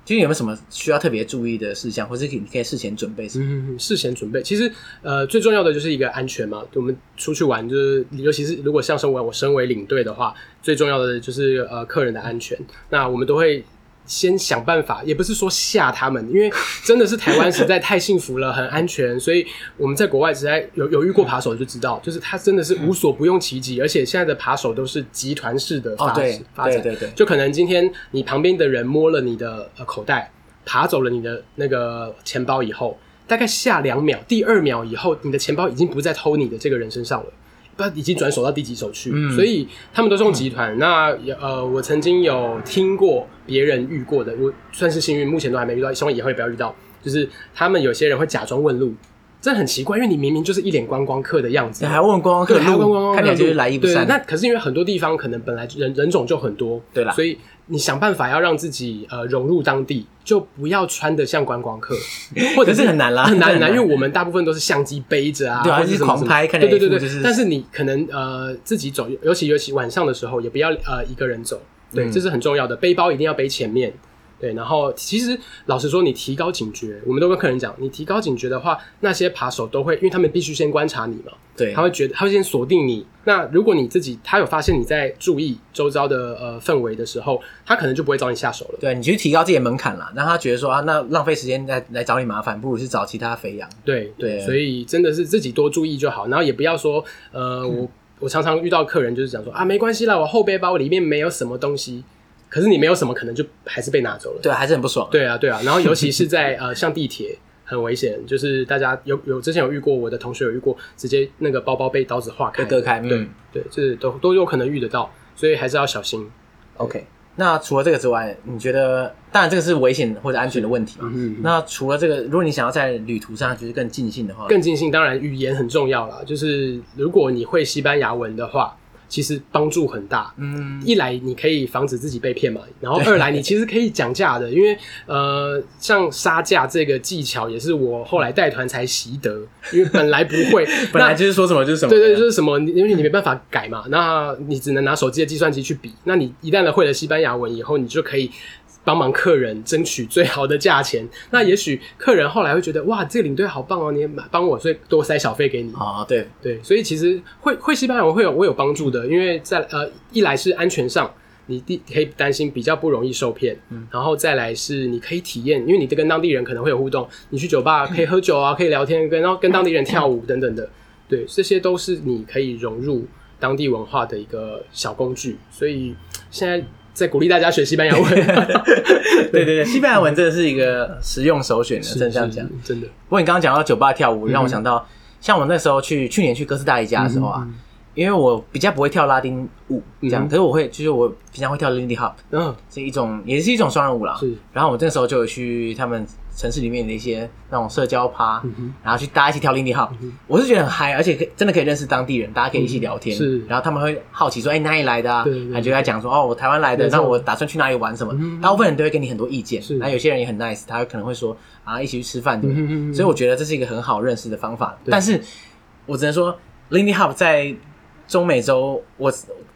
就是有没有什么需要特别注意的事项，或者你可以事前准备哼什么？嗯，事前准备，其实呃最重要的就是一个安全嘛。我们出去玩就是，尤其是如果像身为我身为领队的话，最重要的就是呃客人的安全。那我们都会。先想办法，也不是说吓他们，因为真的是台湾实在太幸福了，很安全，所以我们在国外实在有有遇嗯过扒手就知道，就是他真的是无所不用其极，而且现在的扒手都是集团式的发哦，对发对展，对对，就可能今天你旁边的人摸了你的呃口袋，爬走了你的那个钱包以后，大概下两秒，第二秒以后，你的钱包已经不再偷你的这个人身上了。不，已经转手到第几手去，嗯所以他们都是用集团。那呃，我曾经有听过别人遇过的，我算是幸运，目前都还没遇到，希望以后也不要遇到。就是他们有些人会假装问路，这很奇怪，因为你明明就是一脸观光客的样子，你还问观光客对，还有观光路，客看起来就是来意不善。对，那可是因为很多地方可能本来人人种就很多，对啦所以你想办法要让自己呃融入当地，就不要穿的像观光 客，或者可是很难啦很难很 很难难，因为我们大部分都是相机背着啊，对啊或者就是什么狂拍看起对来对对一副就是对。但是你可能呃自己走，尤其尤其晚上的时候，也不要呃一个人走，对，嗯这是很重要的。背包一定要背前面，对，然后其实老实说，你提高警觉，我们都跟客人讲，你提高警觉的话，那些扒手都会，因为他们必须先观察你嘛，对他会觉得他会先锁定你。那如果你自己他有发现你在注意周遭的呃氛围的时候，他可能就不会找你下手了。对，你去提高自己的门槛啦，让他觉得说啊，那浪费时间来来找你麻烦，不如去找其他肥羊。对啊对所以真的是自己多注意就好，然后也不要说呃，我我常常遇到客人就是讲说啊，没关系啦，我后背包里面没有什么东西，可是你没有什么，可能就还是被拿走了。对，还是很不爽。对啊，对啊，然后尤其是在呃，像地铁很危险，就是大家有有之前有遇过，我的同学有遇过，直接那个包包被刀子划开，被割开嗯对对，这都都有可能遇得到，所以还是要小心。 ，OK。那除了这个之外，你觉得当然这个是危险或者安全的问题嘛？嗯那除了这个，如果你想要在旅途上就是更尽兴的话，更尽兴，当然语言很重要啦。就是如果你会西班牙文的话，其实帮助很大。嗯，一来你可以防止自己被骗嘛，然后二来你其实可以讲价的，因为呃，像杀价这个技巧也是我后来带团才习得，因为本来不会本来那就是说什么就是什么，嗯对对，就是什么，你因为你没办法改嘛，那你只能拿手机的计算机去比。那你一旦会了西班牙文以后，你就可以帮忙客人争取最好的价钱。那也许客人后来会觉得，哇，这个领队好棒哦，你买帮我所以多塞小费给你。哦对， 对，所以其实会会西班牙文会有我有帮助的，因为在呃，一来是安全上。你第可以担心比较不容易受骗，嗯然后再来是你可以体验，因为你跟当地人可能会有互动，你去酒吧可以喝酒啊，可以聊天，跟然后跟当地人跳舞等等的，对，这些都是你可以融入当地文化的一个小工具，所以现在在鼓励大家学西班牙文，对对对，西班牙文真的是一个实用首选的， 真的这样讲。是，是嗯真的，不过你刚刚讲到酒吧跳舞，让我想到，像我那时候去去年去哥斯达黎加的时候啊，因为我比较不会跳拉丁舞这样，嗯可是我会，就是我平常会跳 Lindy Hop，嗯，是一种也是一种双人舞啦。是，然后我那时候就有去他们城市里面的一些那种社交趴，哼然后去大家一起跳 Lindy 嗯 Hop，、我是觉得很嗨，而且可以真的可以认识当地人，大家可以一起聊天。嗯是然后他们会好奇说：“哎，哪里来的啊？”对对对然后就在讲说：“哦，我台湾来的，没错嗯那我打算去哪里玩什么。大部分人都会给你很多意见，是然后有些人也很 nice，他可能会说：“啊，一起去吃饭。”对不对嗯哼嗯哼所以我觉得这是一个很好认识的方法。对但是我只能说，Lindy Hop 在中美洲，我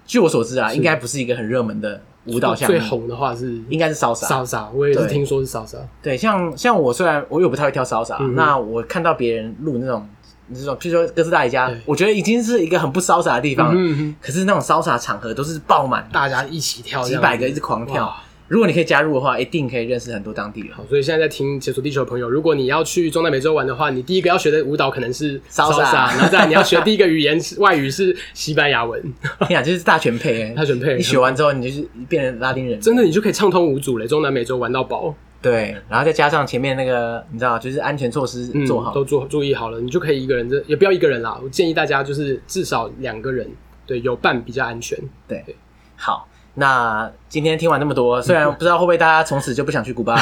据我所知啊，应该不是一个很热门的舞蹈项目最。红的话是应该是骚洒。 salsa，我也是对听说是 salsa，对，像像我虽然我又不太会跳骚洒，嗯哼那我看到别人录那种那种，譬如说哥斯达黎加对，我觉得已经是一个很不骚洒的地方了。嗯哼可是那种骚洒场合都是爆满，大家一起跳这几样子，百个一直狂跳哇。如果你可以加入的话，一定可以认识很多当 地人。好，所以现在在听《解锁地球》的朋友，如果你要去中南美洲玩的话，你第一个要学的舞蹈可能是 Salsa 然后再来你要学第一个语言是外语是西班 牙文，天啊，就是大全配、欸，大全配你学完之后，你就是变成拉丁人，真的你就可以畅通无阻嘞，中南美洲玩到饱，对。然后再加上前面那个，你知道，就是安全措施嗯做好，都注注意好了，你就可以一个人，这也不要一个人啦，我建议大家就是至少两个人，对，有伴比较安全。好，那今天听完那么 多，虽然不知道会不会大家从此就不想去古巴，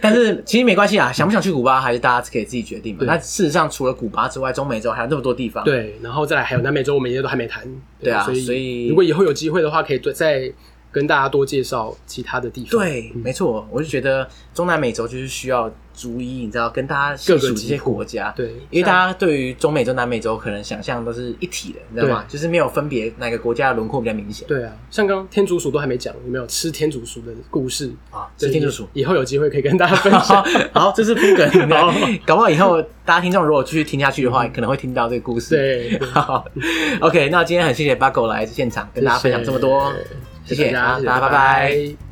但是其实没关系啊，想不想去古巴还是大家可以自己决定嘛。对那事实上，除了古巴之外，中美洲还有那么多地方。，对，然后再来还有南美洲，我们也都还没谈。啊对啊所所以如果以后有机会的话，可以对再跟大家多介绍其他的地方。对，没错，我就觉得中南美洲就是需要逐一，你知道，跟大家细数这些国家。对，因为大家对于中美洲、南美洲可能想象都是一体的，你知道吗？就是没有分别哪个国家的轮廓比较明显对啊，像刚刚天竺鼠都还没讲，有没有吃天竺鼠的故事？啊。这是天竺鼠，以后有机会可以跟大家分好享。， 好，这是铺梗 好。嗯搞 不好以后大家听众如果继续听下去的话，可能会听到这个故事。对， 好，OK，那今天很谢谢八狗来现场跟大家分享这么多，谢谢大啊，家，大家拜拜拜。拜